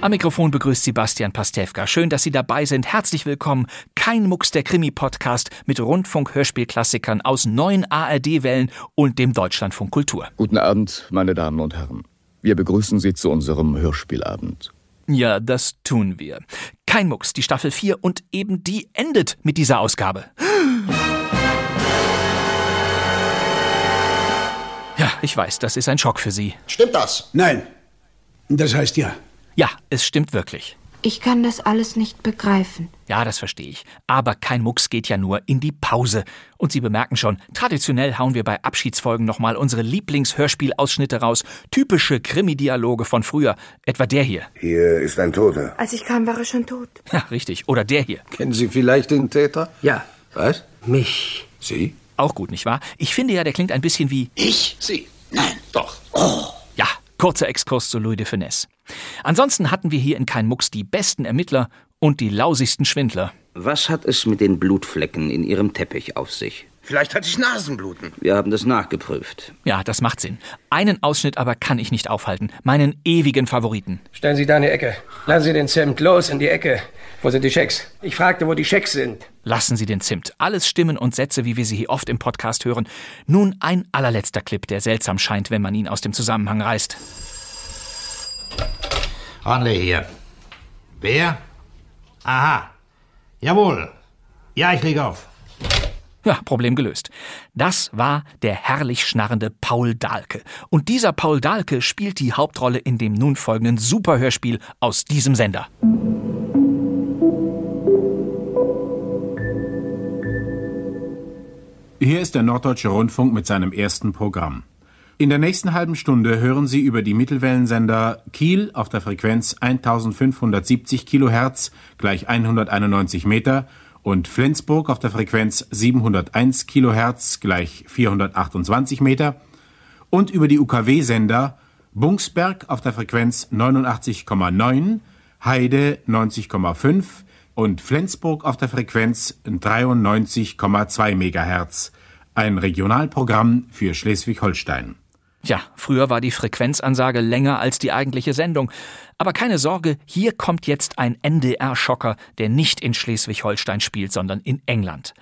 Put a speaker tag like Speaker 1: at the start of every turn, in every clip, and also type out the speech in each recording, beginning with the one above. Speaker 1: Am Mikrofon begrüßt Sebastian Pastewka. Schön, dass Sie dabei sind. Herzlich willkommen. Kein Mucks der Krimi-Podcast mit Rundfunk-Hörspielklassikern aus neun ARD-Wellen und dem Deutschlandfunk Kultur.
Speaker 2: Guten Abend, meine Damen und Herren. Wir begrüßen Sie zu unserem Hörspielabend.
Speaker 1: Ja, das tun wir. Kein Mucks, die Staffel 4 und eben die endet mit dieser Ausgabe. Ja, ich weiß, das ist ein Schock für Sie.
Speaker 3: Stimmt das?
Speaker 4: Nein. Das heißt ja.
Speaker 1: Ja, es stimmt wirklich.
Speaker 5: Ich kann das alles nicht begreifen.
Speaker 1: Ja, das verstehe ich. Aber kein Mucks geht ja nur in die Pause. Und Sie bemerken schon, traditionell hauen wir bei Abschiedsfolgen nochmal unsere Lieblingshörspielausschnitte raus. Typische Krimi-Dialoge von früher. Etwa der hier.
Speaker 6: Hier ist ein Toter.
Speaker 5: Als ich kam, war er schon tot.
Speaker 1: Ja, richtig. Oder der hier.
Speaker 6: Kennen Sie vielleicht den Täter?
Speaker 7: Ja,
Speaker 6: Was?
Speaker 7: mich.
Speaker 6: Sie?
Speaker 1: Auch gut, nicht wahr? Ich finde ja, der klingt ein bisschen wie
Speaker 8: Ich? Sie? Nein. Doch. Oh.
Speaker 1: Ja, kurzer Exkurs zu Louis de Finesse. Ansonsten hatten wir hier in Kein Mucks die besten Ermittler und die lausigsten Schwindler.
Speaker 7: Was hat es mit den Blutflecken in Ihrem Teppich auf sich?
Speaker 8: Vielleicht hatte ich Nasenbluten.
Speaker 7: Wir haben das nachgeprüft.
Speaker 1: Ja, das macht Sinn. Einen Ausschnitt aber kann ich nicht aufhalten. Meinen ewigen Favoriten.
Speaker 9: Stellen Sie da in die Ecke. Lassen Sie den Zimt los in die Ecke. Wo sind die Schecks? Ich fragte, wo die Schecks sind.
Speaker 1: Lassen Sie den Zimt. Alles Stimmen und Sätze, wie wir sie hier oft im Podcast hören. Nun ein allerletzter Clip, der seltsam scheint, wenn man ihn aus dem Zusammenhang reißt.
Speaker 8: Hanley hier. Wer? Aha. Jawohl. Ja, ich leg auf.
Speaker 1: Ja, Problem gelöst. Das war der herrlich schnarrende Paul Dahlke. Und dieser Paul Dahlke spielt die Hauptrolle in dem nun folgenden Superhörspiel aus diesem Sender.
Speaker 10: Hier ist der Norddeutsche Rundfunk mit seinem ersten Programm. In der nächsten halben Stunde hören Sie über die Mittelwellensender Kiel auf der Frequenz 1570 kHz gleich 191 Meter und Flensburg auf der Frequenz 701 kHz gleich 428 Meter und über die UKW-Sender Bungsberg auf der Frequenz 89,9, Heide 90,5 und Flensburg auf der Frequenz 93,2 MHz. Ein Regionalprogramm für Schleswig-Holstein.
Speaker 1: Ja, früher war die Frequenzansage länger als die eigentliche Sendung. Aber keine Sorge, hier kommt jetzt ein NDR-Schocker, der nicht in Schleswig-Holstein spielt, sondern in England.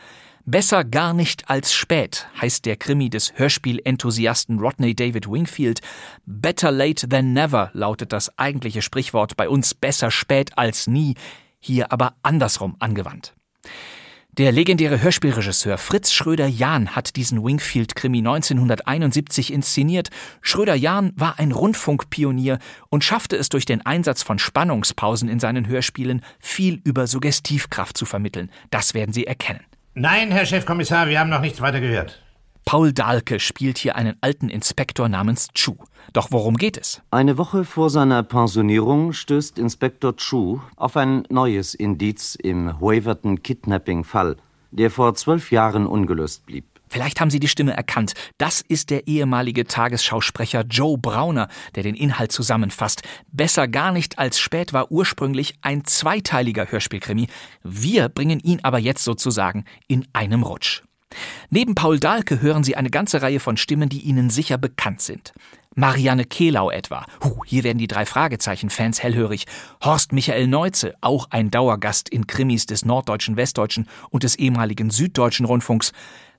Speaker 1: Besser gar nicht als spät heißt der Krimi des Hörspielenthusiasten Rodney David Wingfield. Better late than never lautet das eigentliche Sprichwort bei uns besser spät als nie, hier aber andersrum angewandt. Der legendäre Hörspielregisseur Fritz Schröder-Jahn hat diesen Wingfield-Krimi 1971 inszeniert. Schröder-Jahn war ein Rundfunkpionier und schaffte es durch den Einsatz von Spannungspausen in seinen Hörspielen, viel über Suggestivkraft zu vermitteln. Das werden Sie erkennen.
Speaker 8: Nein, Herr Chefkommissar, wir haben noch nichts weiter gehört.
Speaker 1: Paul Dahlke spielt hier einen alten Inspektor namens Chu. Doch worum geht es?
Speaker 7: Eine Woche vor seiner Pensionierung stößt Inspektor Chu auf ein neues Indiz im Waverton Kidnapping-Fall, der vor zwölf Jahren ungelöst blieb.
Speaker 1: Vielleicht haben Sie die Stimme erkannt. Das ist der ehemalige Tagesschausprecher Joe Brauner, der den Inhalt zusammenfasst. Besser gar nicht als spät war ursprünglich ein zweiteiliger Hörspielkrimi. Wir bringen ihn aber jetzt sozusagen in einem Rutsch. Neben Paul Dahlke hören Sie eine ganze Reihe von Stimmen, die Ihnen sicher bekannt sind. Marianne Kehlau etwa. Huh, hier werden die drei Fragezeichen-Fans hellhörig. Horst Michael Neuze, auch ein Dauergast in Krimis des Norddeutschen, Westdeutschen und des ehemaligen Süddeutschen Rundfunks.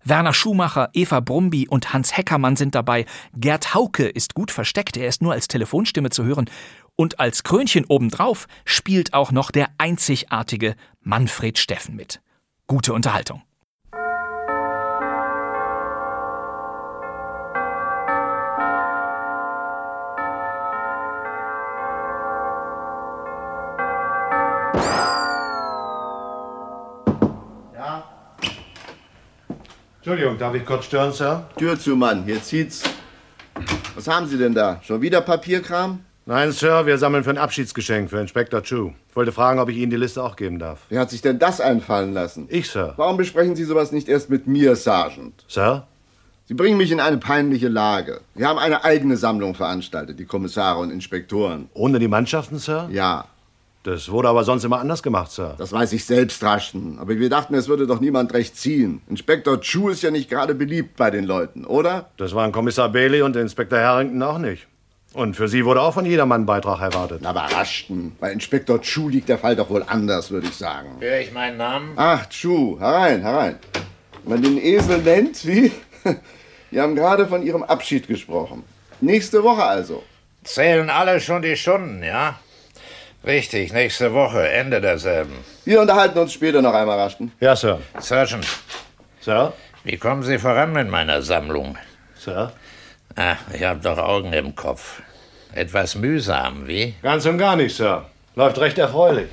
Speaker 1: Werner Schumacher, Eva Brumby und Hans Heckermann sind dabei. Gerd Hauke ist gut versteckt, er ist nur als Telefonstimme zu hören. Und als Krönchen obendrauf spielt auch noch der einzigartige Manfred Steffen mit. Gute Unterhaltung.
Speaker 11: Entschuldigung, darf ich kurz stören, Sir?
Speaker 12: Tür zu, Mann. Hier zieht's. Was haben Sie denn da? Schon wieder Papierkram?
Speaker 11: Nein, Sir, wir sammeln für ein Abschiedsgeschenk für Inspektor Chu. Ich wollte fragen, ob ich Ihnen die Liste auch geben darf.
Speaker 12: Wer hat sich denn das einfallen lassen?
Speaker 11: Ich, Sir.
Speaker 12: Warum besprechen Sie sowas nicht erst mit mir, Sergeant?
Speaker 11: Sir?
Speaker 12: Sie bringen mich in eine peinliche Lage. Wir haben eine eigene Sammlung veranstaltet, die Kommissare und Inspektoren.
Speaker 11: Ohne die Mannschaften, Sir?
Speaker 12: Ja.
Speaker 11: Das wurde aber sonst immer anders gemacht, Sir.
Speaker 12: Das weiß ich selbst, Raschen. Aber wir dachten, es würde doch niemand recht ziehen. Inspektor Chu ist ja nicht gerade beliebt bei den Leuten, oder?
Speaker 11: Das waren Kommissar Bailey und Inspektor Harrington auch nicht. Und für Sie wurde auch von jedermann ein Beitrag erwartet.
Speaker 12: Aber Raschen, bei Inspektor Chu liegt der Fall doch wohl anders, würde ich sagen.
Speaker 8: Höre ich meinen Namen?
Speaker 12: Ach, Chu, herein, herein. Wenn man den Esel nennt, wie? Wir haben gerade von Ihrem Abschied gesprochen. Nächste Woche also.
Speaker 8: Zählen alle schon die Stunden, ja? Richtig, nächste Woche, Ende derselben.
Speaker 12: Wir unterhalten uns später noch einmal, Raschen.
Speaker 11: Ja, Sir.
Speaker 8: Sergeant.
Speaker 11: Sir?
Speaker 8: Wie kommen Sie voran mit meiner Sammlung?
Speaker 11: Sir?
Speaker 8: Ah, ich habe doch Augen im Kopf. Etwas mühsam, wie?
Speaker 11: Ganz und gar nicht, Sir. Läuft recht erfreulich.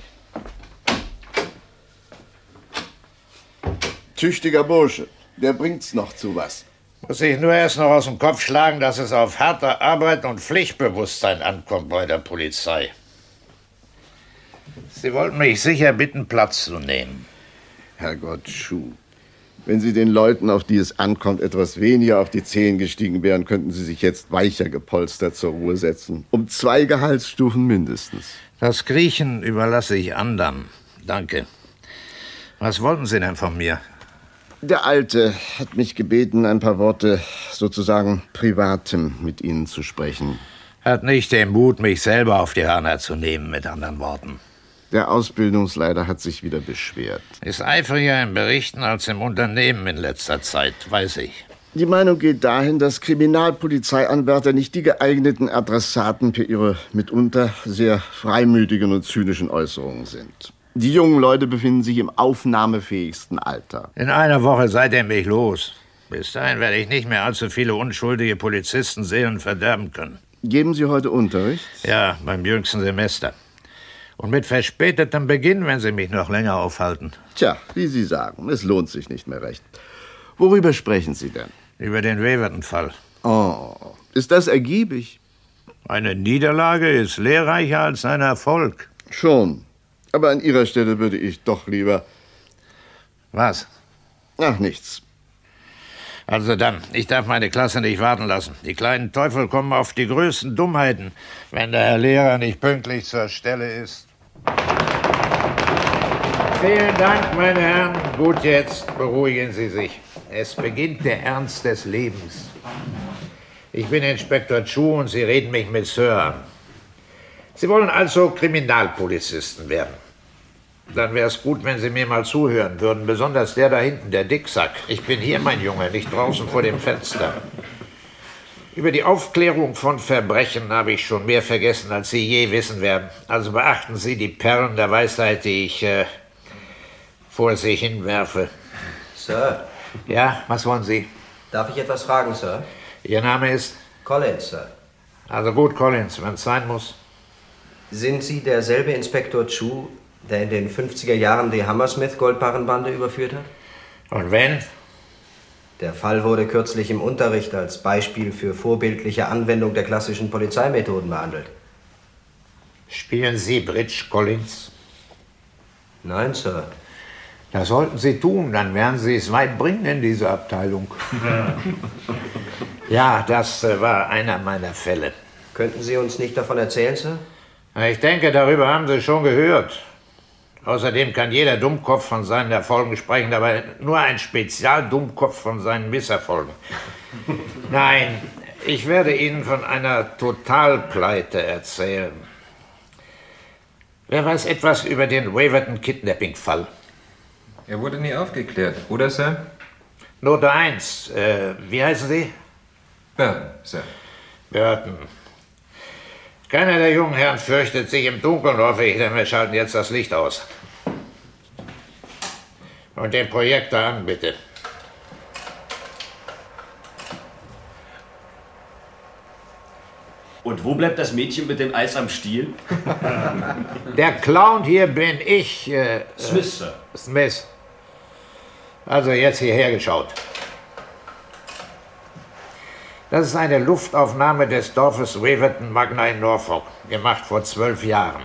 Speaker 12: Tüchtiger Bursche. Der bringt's noch zu was.
Speaker 8: Muss ich nur erst noch aus dem Kopf schlagen, dass es auf harte Arbeit und Pflichtbewusstsein ankommt bei der Polizei. Sie wollten mich sicher bitten, Platz zu nehmen.
Speaker 12: Herrgott, Schuh. Wenn Sie den Leuten, auf die es ankommt, etwas weniger auf die Zehen gestiegen wären, könnten Sie sich jetzt weicher gepolstert zur Ruhe setzen. Um zwei Gehaltsstufen mindestens.
Speaker 8: Das Kriechen überlasse ich anderen. Danke. Was wollten Sie denn von mir?
Speaker 12: Der Alte hat mich gebeten, ein paar Worte sozusagen privatem mit Ihnen zu sprechen.
Speaker 8: Hat nicht den Mut, mich selber auf die Hörner zu nehmen, mit anderen Worten.
Speaker 12: Der Ausbildungsleiter hat sich wieder beschwert.
Speaker 8: Ist eifriger im Berichten als im Unternehmen in letzter Zeit, weiß ich.
Speaker 12: Die Meinung geht dahin, dass Kriminalpolizeianwärter nicht die geeigneten Adressaten für ihre mitunter sehr freimütigen und zynischen Äußerungen sind. Die jungen Leute befinden sich im aufnahmefähigsten Alter.
Speaker 8: In einer Woche seid ihr mich los. Bis dahin werde ich nicht mehr allzu viele unschuldige Polizisten Seelen verderben können.
Speaker 12: Geben Sie heute Unterricht?
Speaker 8: Ja, beim jüngsten Semester. Und mit verspätetem Beginn, wenn Sie mich noch länger aufhalten.
Speaker 12: Tja, wie Sie sagen, es lohnt sich nicht mehr recht. Worüber sprechen Sie denn?
Speaker 8: Über den Weverton-Fall.
Speaker 12: Oh, ist das ergiebig?
Speaker 8: Eine Niederlage ist lehrreicher als ein Erfolg.
Speaker 12: Schon. Aber an Ihrer Stelle würde ich doch lieber.
Speaker 8: Was?
Speaker 12: Ach, nichts.
Speaker 8: Also dann, ich darf meine Klasse nicht warten lassen. Die kleinen Teufel kommen auf die größten Dummheiten, wenn der Herr Lehrer nicht pünktlich zur Stelle ist. Vielen Dank, meine Herren. Gut jetzt, beruhigen Sie sich. Es beginnt der Ernst des Lebens. Ich bin Inspektor Chu und Sie reden mich mit Sir an. Sie wollen also Kriminalpolizisten werden. Dann wäre es gut, wenn Sie mir mal zuhören würden, besonders der da hinten, der Dicksack. Ich bin hier, mein Junge, nicht draußen vor dem Fenster. Über die Aufklärung von Verbrechen habe ich schon mehr vergessen, als Sie je wissen werden. Also beachten Sie die Perlen der Weisheit, die ich äh, vor Sie hinwerfe.
Speaker 13: Sir,
Speaker 8: Ja, was wollen Sie?
Speaker 13: darf ich etwas fragen, Sir?
Speaker 8: Ihr Name ist?
Speaker 13: Collins, Sir.
Speaker 8: Also gut, Collins, wenn es sein muss.
Speaker 13: Sind Sie derselbe Inspektor Chu, der in den 50er Jahren die Hammersmith-Goldbarrenbande überführt hat?
Speaker 8: Und wenn?
Speaker 13: Der Fall wurde kürzlich im Unterricht als Beispiel für vorbildliche Anwendung der klassischen Polizeimethoden behandelt.
Speaker 8: Spielen Sie Bridge, Collins?
Speaker 13: Nein, Sir.
Speaker 8: Das sollten Sie tun, dann werden Sie es weit bringen in dieser Abteilung. ja, das äh, war einer meiner Fälle.
Speaker 13: Könnten Sie uns nicht davon erzählen, Sir?
Speaker 8: Ich denke, darüber haben Sie schon gehört. Außerdem kann jeder Dummkopf von seinen Erfolgen sprechen, aber nur ein Spezialdummkopf von seinen Misserfolgen. Nein, ich werde Ihnen von einer Totalpleite erzählen. Wer weiß etwas über den Waverton-Kidnapping-Fall?
Speaker 14: Er wurde nie aufgeklärt, oder, Sir?
Speaker 8: Note 1. Äh, wie heißen Sie?
Speaker 14: Burton, Sir.
Speaker 8: Burton. Keiner der jungen Herren fürchtet sich im Dunkeln, hoffe ich, denn wir schalten jetzt das Licht aus. Und den Projektor an, bitte.
Speaker 15: Und wo bleibt das Mädchen mit dem Eis am Stiel?
Speaker 8: Der Clown hier bin ich. Äh,
Speaker 15: Smith,
Speaker 8: Äh, Smith. Also jetzt hierher geschaut. Das ist eine Luftaufnahme des Dorfes Waverton Magna in Norfolk, gemacht vor zwölf Jahren.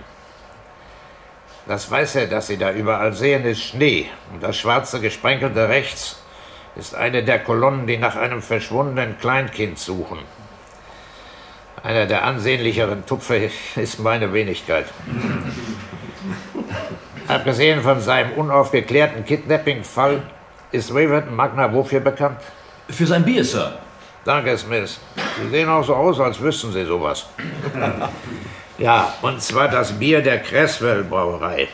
Speaker 8: Das Weiße, das Sie da überall sehen, ist Schnee. Und das schwarze, gesprenkelte rechts ist eine der Kolonnen, die nach einem verschwundenen Kleinkind suchen. Einer der ansehnlicheren Tupfe ist meine Wenigkeit. Abgesehen von seinem unaufgeklärten Kidnapping-Fall ist Waverton Magna wofür bekannt? Für sein Bier, Sir. Danke, Smith. Sie sehen auch so aus, als wüssten Sie sowas. Ja, und zwar das Bier der Cresswell Brauerei,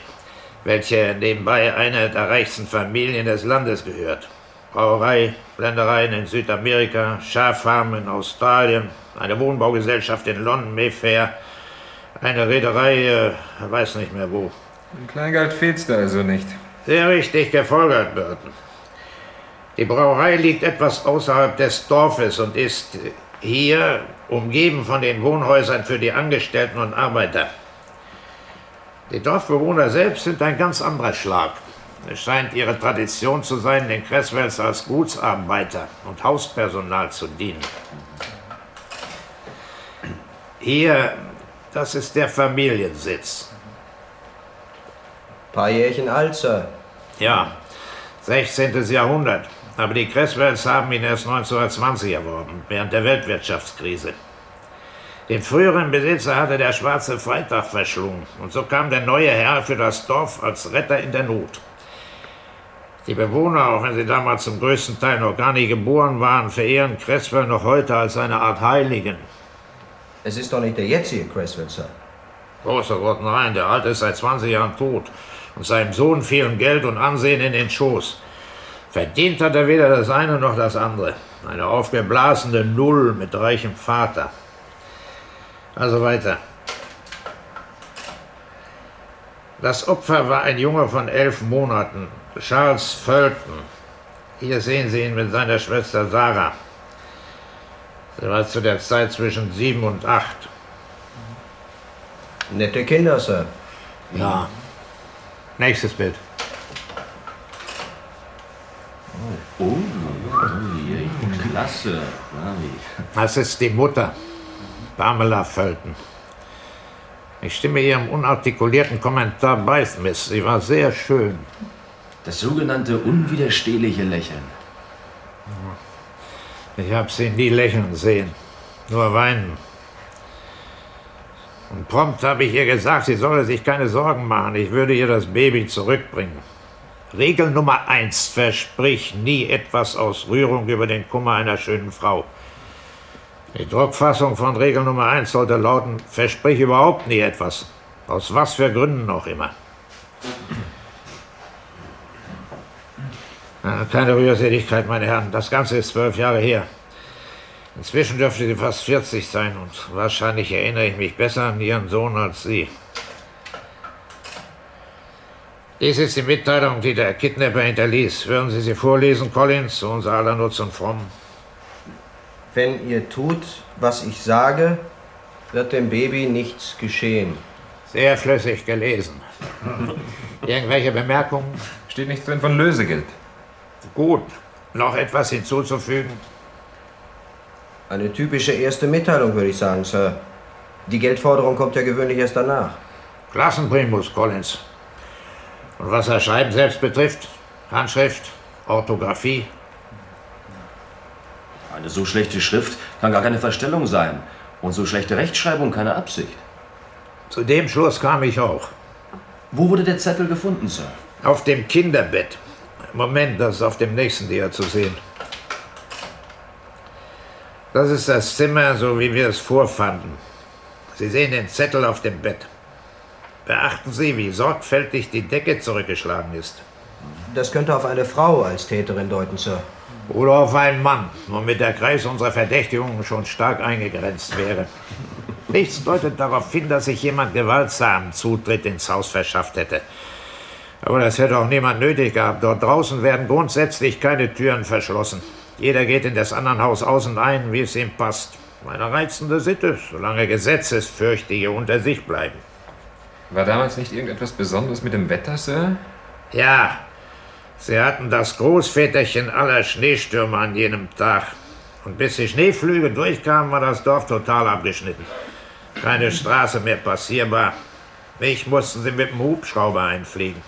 Speaker 8: welche nebenbei einer der reichsten Familien des Landes gehört. Brauerei, Ländereien in Südamerika, Schaffarmen in Australien, eine Wohnbaugesellschaft in London, Mayfair, eine Reederei, äh, weiß nicht mehr wo.
Speaker 14: Im Kleingeld fehlt's da also nicht.
Speaker 8: Sehr richtig gefolgert, Burton. Die Brauerei liegt etwas außerhalb des Dorfes und ist hier umgeben von den Wohnhäusern für die Angestellten und Arbeiter. Die Dorfbewohner selbst sind ein ganz anderer Schlag. Es scheint ihre Tradition zu sein, den Cresswells als Gutsarbeiter und Hauspersonal zu dienen. Hier, das ist der Familiensitz.
Speaker 13: Paar Jährchen alt, Sir.
Speaker 8: Ja, 16. Jahrhundert. Aber die Cresswells haben ihn erst 1920 erworben, während der Weltwirtschaftskrise. Den früheren Besitzer hatte der Schwarze Freitag verschlungen und so kam der neue Herr für das Dorf als Retter in der Not. Die Bewohner, auch wenn sie damals zum größten Teil noch gar nie geboren waren, verehren Cresswell noch heute als eine Art Heiligen.
Speaker 13: Es ist doch nicht der jetzige Cresswell, Sir.
Speaker 8: Großer Gott, nein, der Alte ist seit 20 Jahren tot und seinem Sohn fielen Geld und Ansehen in den Schoß. Verdient hat er weder das eine noch das andere. Eine aufgeblasene Null mit reichem Vater. Also weiter. Das Opfer war ein Junge von elf Monaten, Charles Fulton. Hier sehen Sie ihn mit seiner Schwester Sarah. Sie war zu der Zeit zwischen sieben und acht.
Speaker 13: Nette Kinder, Sir.
Speaker 8: Ja. Nächstes Bild.
Speaker 15: Oh, oh, klasse.
Speaker 8: Das ist die Mutter, Pamela Felton. Ich stimme Ihrem unartikulierten Kommentar bei, Miss. Sie war sehr schön.
Speaker 15: Das sogenannte unwiderstehliche Lächeln.
Speaker 8: Ich habe sie nie lächeln sehen, nur weinen. Und prompt habe ich ihr gesagt, sie solle sich keine Sorgen machen, ich würde ihr das Baby zurückbringen. Regel Nummer eins: Versprich nie etwas aus Rührung über den Kummer einer schönen Frau. Die Druckfassung von Regel Nummer eins sollte lauten: Versprich überhaupt nie etwas. Aus was für Gründen auch immer. Ah, Keine Rührseligkeit, meine Herren. Das Ganze ist zwölf Jahre her. Inzwischen dürfte sie fast 40 sein und wahrscheinlich erinnere ich mich besser an ihren Sohn als sie. Dies ist die Mitteilung, die der Kidnapper hinterließ. Würden Sie sie vorlesen, Collins, zu unser aller Nutz und Fromm?
Speaker 13: Wenn ihr tut, was ich sage, wird dem Baby nichts geschehen.
Speaker 8: Sehr flüssig gelesen. Irgendwelche Bemerkungen?
Speaker 14: Steht nichts drin von Lösegeld.
Speaker 8: Gut. Noch etwas hinzuzufügen?
Speaker 13: Eine typische erste Mitteilung, würde ich sagen, Sir. Die Geldforderung kommt ja gewöhnlich erst danach.
Speaker 8: Klassenprimus, Collins. Und was das Schreiben selbst betrifft, Handschrift, Orthographie,
Speaker 15: Eine so schlechte Schrift kann gar keine Verstellung sein. Und so schlechte Rechtschreibung keine Absicht.
Speaker 8: Zu dem Schluss kam ich auch.
Speaker 15: Wo wurde der Zettel gefunden, Sir?
Speaker 8: Auf dem Kinderbett. Moment, das ist auf dem nächsten Dia zu sehen. Das ist das Zimmer, so wie wir es vorfanden. Sie sehen den Zettel auf dem Bett. Beachten Sie, wie sorgfältig die Decke zurückgeschlagen ist.
Speaker 13: Das könnte auf eine Frau als Täterin deuten, Sir.
Speaker 8: Oder auf einen Mann, womit der Kreis unserer Verdächtigungen schon stark eingegrenzt wäre. Nichts deutet darauf hin, dass sich jemand gewaltsamen Zutritt ins Haus verschafft hätte. Aber das hätte auch niemand nötig gehabt. Dort draußen werden grundsätzlich keine Türen verschlossen. Jeder geht in das anderen Haus aus und ein, wie es ihm passt. Eine reizende Sitte, solange Gesetzesfürchtige unter sich bleiben.
Speaker 14: War damals nicht irgendetwas Besonderes mit dem Wetter, Sir?
Speaker 8: Ja, sie hatten das Großväterchen aller Schneestürme an jenem Tag. Und bis die Schneeflüge durchkamen, war das Dorf total abgeschnitten. Keine Straße mehr passierbar. Mich mussten sie mit dem Hubschrauber einfliegen.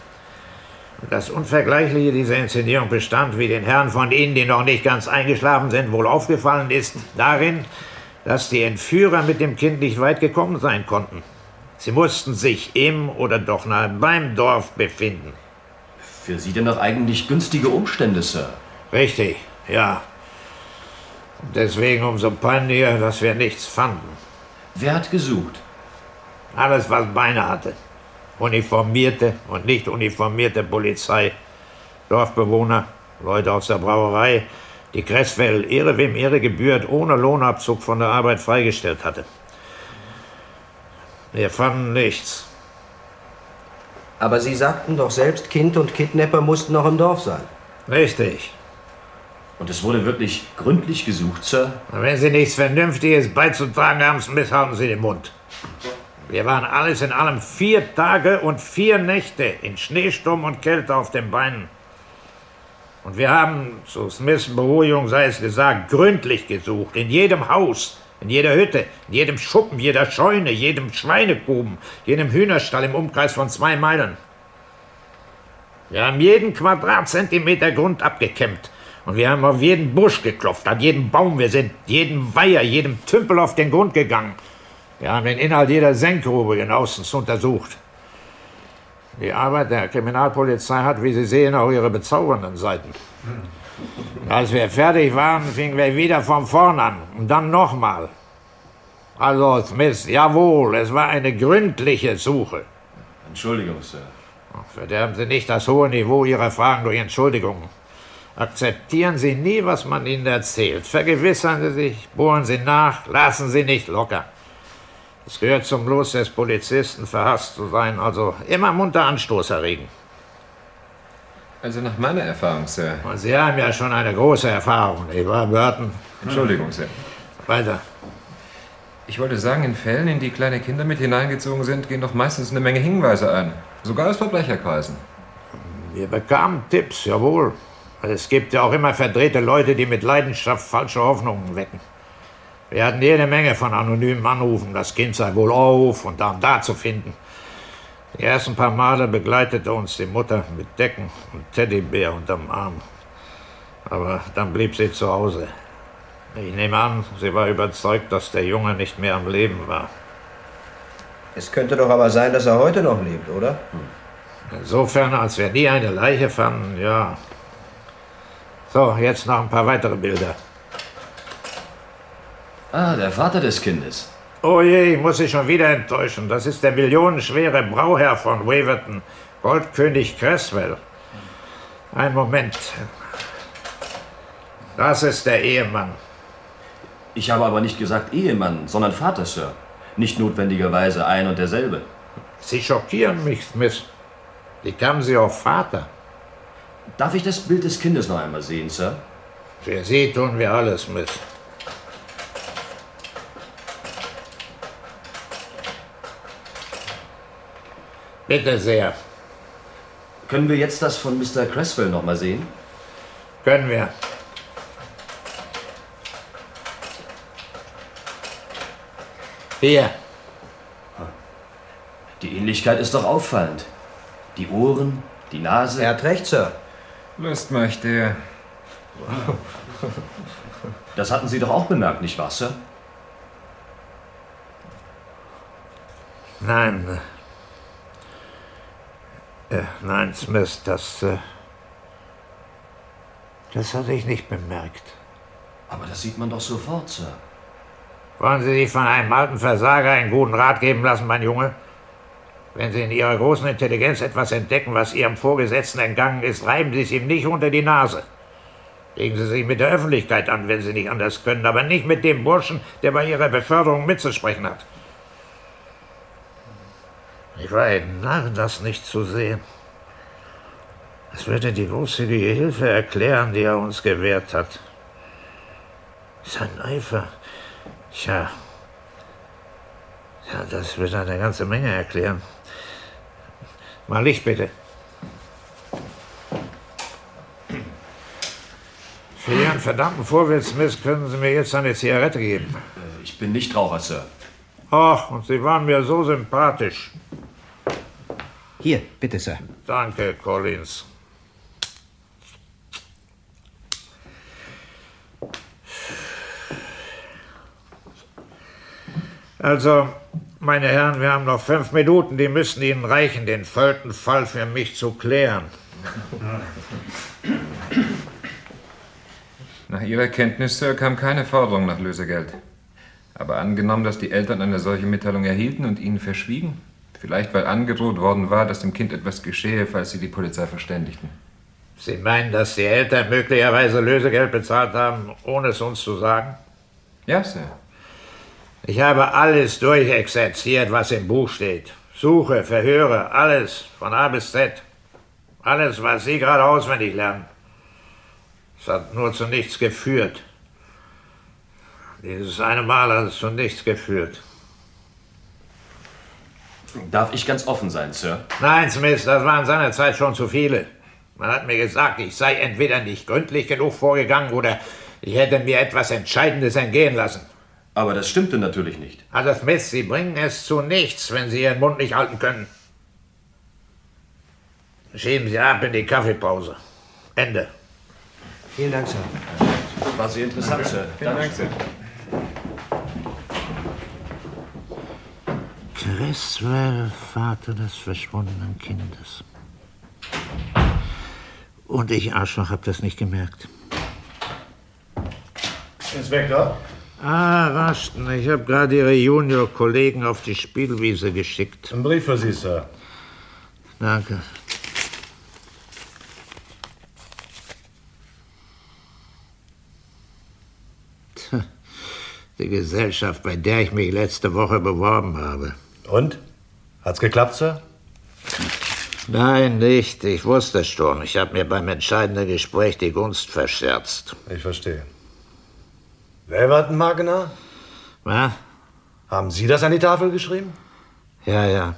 Speaker 8: Und das Unvergleichliche dieser Inszenierung bestand, wie den Herren von Ihnen, die noch nicht ganz eingeschlafen sind, wohl aufgefallen ist, darin, dass die Entführer mit dem Kind nicht weit gekommen sein konnten. Sie mussten sich im oder doch nahe beim Dorf befinden.
Speaker 15: Für Sie denn doch eigentlich günstige Umstände, Sir?
Speaker 8: Richtig, ja. Und deswegen umso peinlicher, dass wir nichts fanden.
Speaker 15: Wer hat gesucht?
Speaker 8: Alles, was Beine hatte. Uniformierte und nicht uniformierte Polizei, Dorfbewohner, Leute aus der Brauerei, die Cresswell Ehre wem Ehre gebührt, ohne Lohnabzug von der Arbeit freigestellt hatte. Wir fanden nichts.
Speaker 13: Aber Sie sagten doch selbst, Kind und Kidnapper mussten noch im Dorf sein.
Speaker 8: Richtig.
Speaker 15: Und es wurde wirklich gründlich gesucht, Sir?
Speaker 8: Wenn Sie nichts Vernünftiges beizutragen haben, Smith, halten Sie den Mund. Wir waren alles in allem vier Tage und vier Nächte in Schneesturm und Kälte auf den Beinen. Und wir haben, zu Smiths Beruhigung sei es gesagt, gründlich gesucht. In jedem Haus, in jeder Hütte, in jedem Schuppen, jeder Scheune, jedem Schweinekuben, jedem Hühnerstall im Umkreis von zwei Meilen. Wir haben jeden Quadratzentimeter Grund abgekämmt. Und wir haben auf jeden Busch geklopft, an jeden Baum. Wir sind jeden Weiher, jedem Tümpel auf den Grund gegangen. Wir haben den Inhalt jeder Senkgrube genauestens untersucht. Die Arbeit der Kriminalpolizei hat, wie Sie sehen, auch ihre bezaubernden Seiten. Und als wir fertig waren, fingen wir wieder von vorn an und dann nochmal. Also, Smith, jawohl, es war eine gründliche Suche.
Speaker 15: Entschuldigung, Sir.
Speaker 8: Verderben Sie nicht das hohe Niveau Ihrer Fragen durch Entschuldigungen. Akzeptieren Sie nie, was man Ihnen erzählt. Vergewissern Sie sich, bohren Sie nach, lassen Sie nicht locker. Es gehört zum Los des Polizisten, verhasst zu sein, also immer munter Anstoß erregen.
Speaker 14: Also nach meiner Erfahrung, Sir.
Speaker 8: Und Sie haben ja schon eine große Erfahrung, nicht wahr, Burton?
Speaker 14: Entschuldigung, Sir.
Speaker 8: Weiter.
Speaker 14: Ich wollte sagen, in Fällen, in die kleine Kinder mit hineingezogen sind, gehen doch meistens eine Menge Hinweise ein. Sogar aus Verbrecherkreisen.
Speaker 8: Wir bekamen Tipps, jawohl. Also Es gibt ja auch immer verdrehte Leute, die mit Leidenschaft falsche Hoffnungen wecken. Wir hatten jede Menge von anonymen Anrufen, das Kind sei wohl auf und da und da zu finden. Die ersten paar Male begleitete uns die Mutter mit Decken und Teddybär unterm Arm. Aber dann blieb sie zu Hause. Ich nehme an, sie war überzeugt, dass der Junge nicht mehr am Leben war.
Speaker 13: Es könnte doch aber sein, dass er heute noch lebt, oder?
Speaker 8: Insofern, als wir nie eine Leiche fanden, ja. So, jetzt noch ein paar weitere Bilder.
Speaker 15: Ah, der Vater des Kindes.
Speaker 8: Oh je, ich muss Sie schon wieder enttäuschen. Das ist der millionenschwere Brauherr von Waverton, Goldkönig Cresswell. Ein Moment. Das ist der Ehemann.
Speaker 15: Ich habe aber nicht gesagt Ehemann, sondern Vater, Sir. Nicht notwendigerweise ein und derselbe.
Speaker 8: Sie schockieren mich, Smith. Wie kamen Sie auf Vater?
Speaker 15: Darf ich das Bild des Kindes noch einmal sehen, Sir?
Speaker 8: Für Sie tun wir alles, Miss. Bitte sehr.
Speaker 15: Können wir jetzt das von Mr. Cresswell noch mal sehen?
Speaker 8: Können wir. Hier.
Speaker 15: Die Ähnlichkeit ist doch auffallend. Die Ohren, die Nase. Er
Speaker 13: hat recht, Sir.
Speaker 14: Lust möchte er.
Speaker 15: Das hatten Sie doch auch bemerkt, nicht wahr, Sir?
Speaker 8: Nein. Äh, nein, Smith, das. Äh, das hatte ich nicht bemerkt.
Speaker 15: Aber das sieht man doch sofort, Sir.
Speaker 8: Wollen Sie sich von einem alten Versager einen guten Rat geben lassen, mein Junge? Wenn Sie in Ihrer großen Intelligenz etwas entdecken, was Ihrem Vorgesetzten entgangen ist, reiben Sie es ihm nicht unter die Nase. Legen Sie sich mit der Öffentlichkeit an, wenn Sie nicht anders können, aber nicht mit dem Burschen, der bei Ihrer Beförderung mitzusprechen hat. Ich war ein Narr, das nicht zu sehen. Es würde die großzügige Hilfe erklären, die er uns gewährt hat. Sein Eifer. Tja. Ja, das würde eine ganze Menge erklären. Mal Licht bitte. Für Ihren verdammten Vorwitz, können Sie mir jetzt eine Zigarette geben.
Speaker 15: Ich bin nicht Raucher, Sir.
Speaker 8: Ach, und Sie waren mir so sympathisch.
Speaker 13: Hier, bitte, Sir.
Speaker 8: Danke, Collins. Also, meine Herren, wir haben noch fünf Minuten. Die müssen Ihnen reichen, den Fall für mich zu klären.
Speaker 14: Nach Ihrer Kenntnis, Sir, kam keine Forderung nach Lösegeld. Aber angenommen, dass die Eltern eine solche Mitteilung erhielten und Ihnen verschwiegen? Vielleicht, weil angedroht worden war, dass dem Kind etwas geschehe, falls Sie die Polizei verständigten.
Speaker 8: Sie meinen, dass die Eltern möglicherweise Lösegeld bezahlt haben, ohne es uns zu sagen?
Speaker 14: Ja, Sir.
Speaker 8: Ich habe alles durchexerziert, was im Buch steht. Suche, Verhöre, alles, von A bis Z. Alles, was Sie gerade auswendig lernen. Es hat nur zu nichts geführt. Dieses eine Mal hat es zu nichts geführt.
Speaker 15: Darf ich ganz offen sein, Sir?
Speaker 8: Nein, Smith, das waren seinerzeit schon zu viele. Man hat mir gesagt, ich sei entweder nicht gründlich genug vorgegangen oder ich hätte mir etwas Entscheidendes entgehen lassen.
Speaker 15: Aber das stimmte natürlich nicht.
Speaker 8: Also, Smith, Sie bringen es zu nichts, wenn Sie Ihren Mund nicht halten können. Schieben Sie ab in die Kaffeepause. Ende.
Speaker 13: Vielen Dank, Sir.
Speaker 15: War sehr interessant, Sir.
Speaker 14: Vielen Dank, Sir.
Speaker 8: Cresswell, Vater des verschwundenen Kindes. Und ich, Arschloch, hab das nicht gemerkt.
Speaker 11: Inspektor?
Speaker 8: Ah, Rasten, ich habe gerade Ihre Junior-Kollegen auf die Spielwiese geschickt.
Speaker 11: Ein Brief für Sie, Sir.
Speaker 8: Danke. Tja, Die Gesellschaft, bei der ich mich letzte Woche beworben habe.
Speaker 11: Und? Hat's geklappt, Sir?
Speaker 8: Nein, nicht. Ich wusste es schon. Ich habe mir beim entscheidenden Gespräch die Gunst verscherzt.
Speaker 11: Ich verstehe. Wer war denn Magner?
Speaker 8: Was?
Speaker 11: Haben Sie das an die Tafel geschrieben?
Speaker 8: Ja, ja.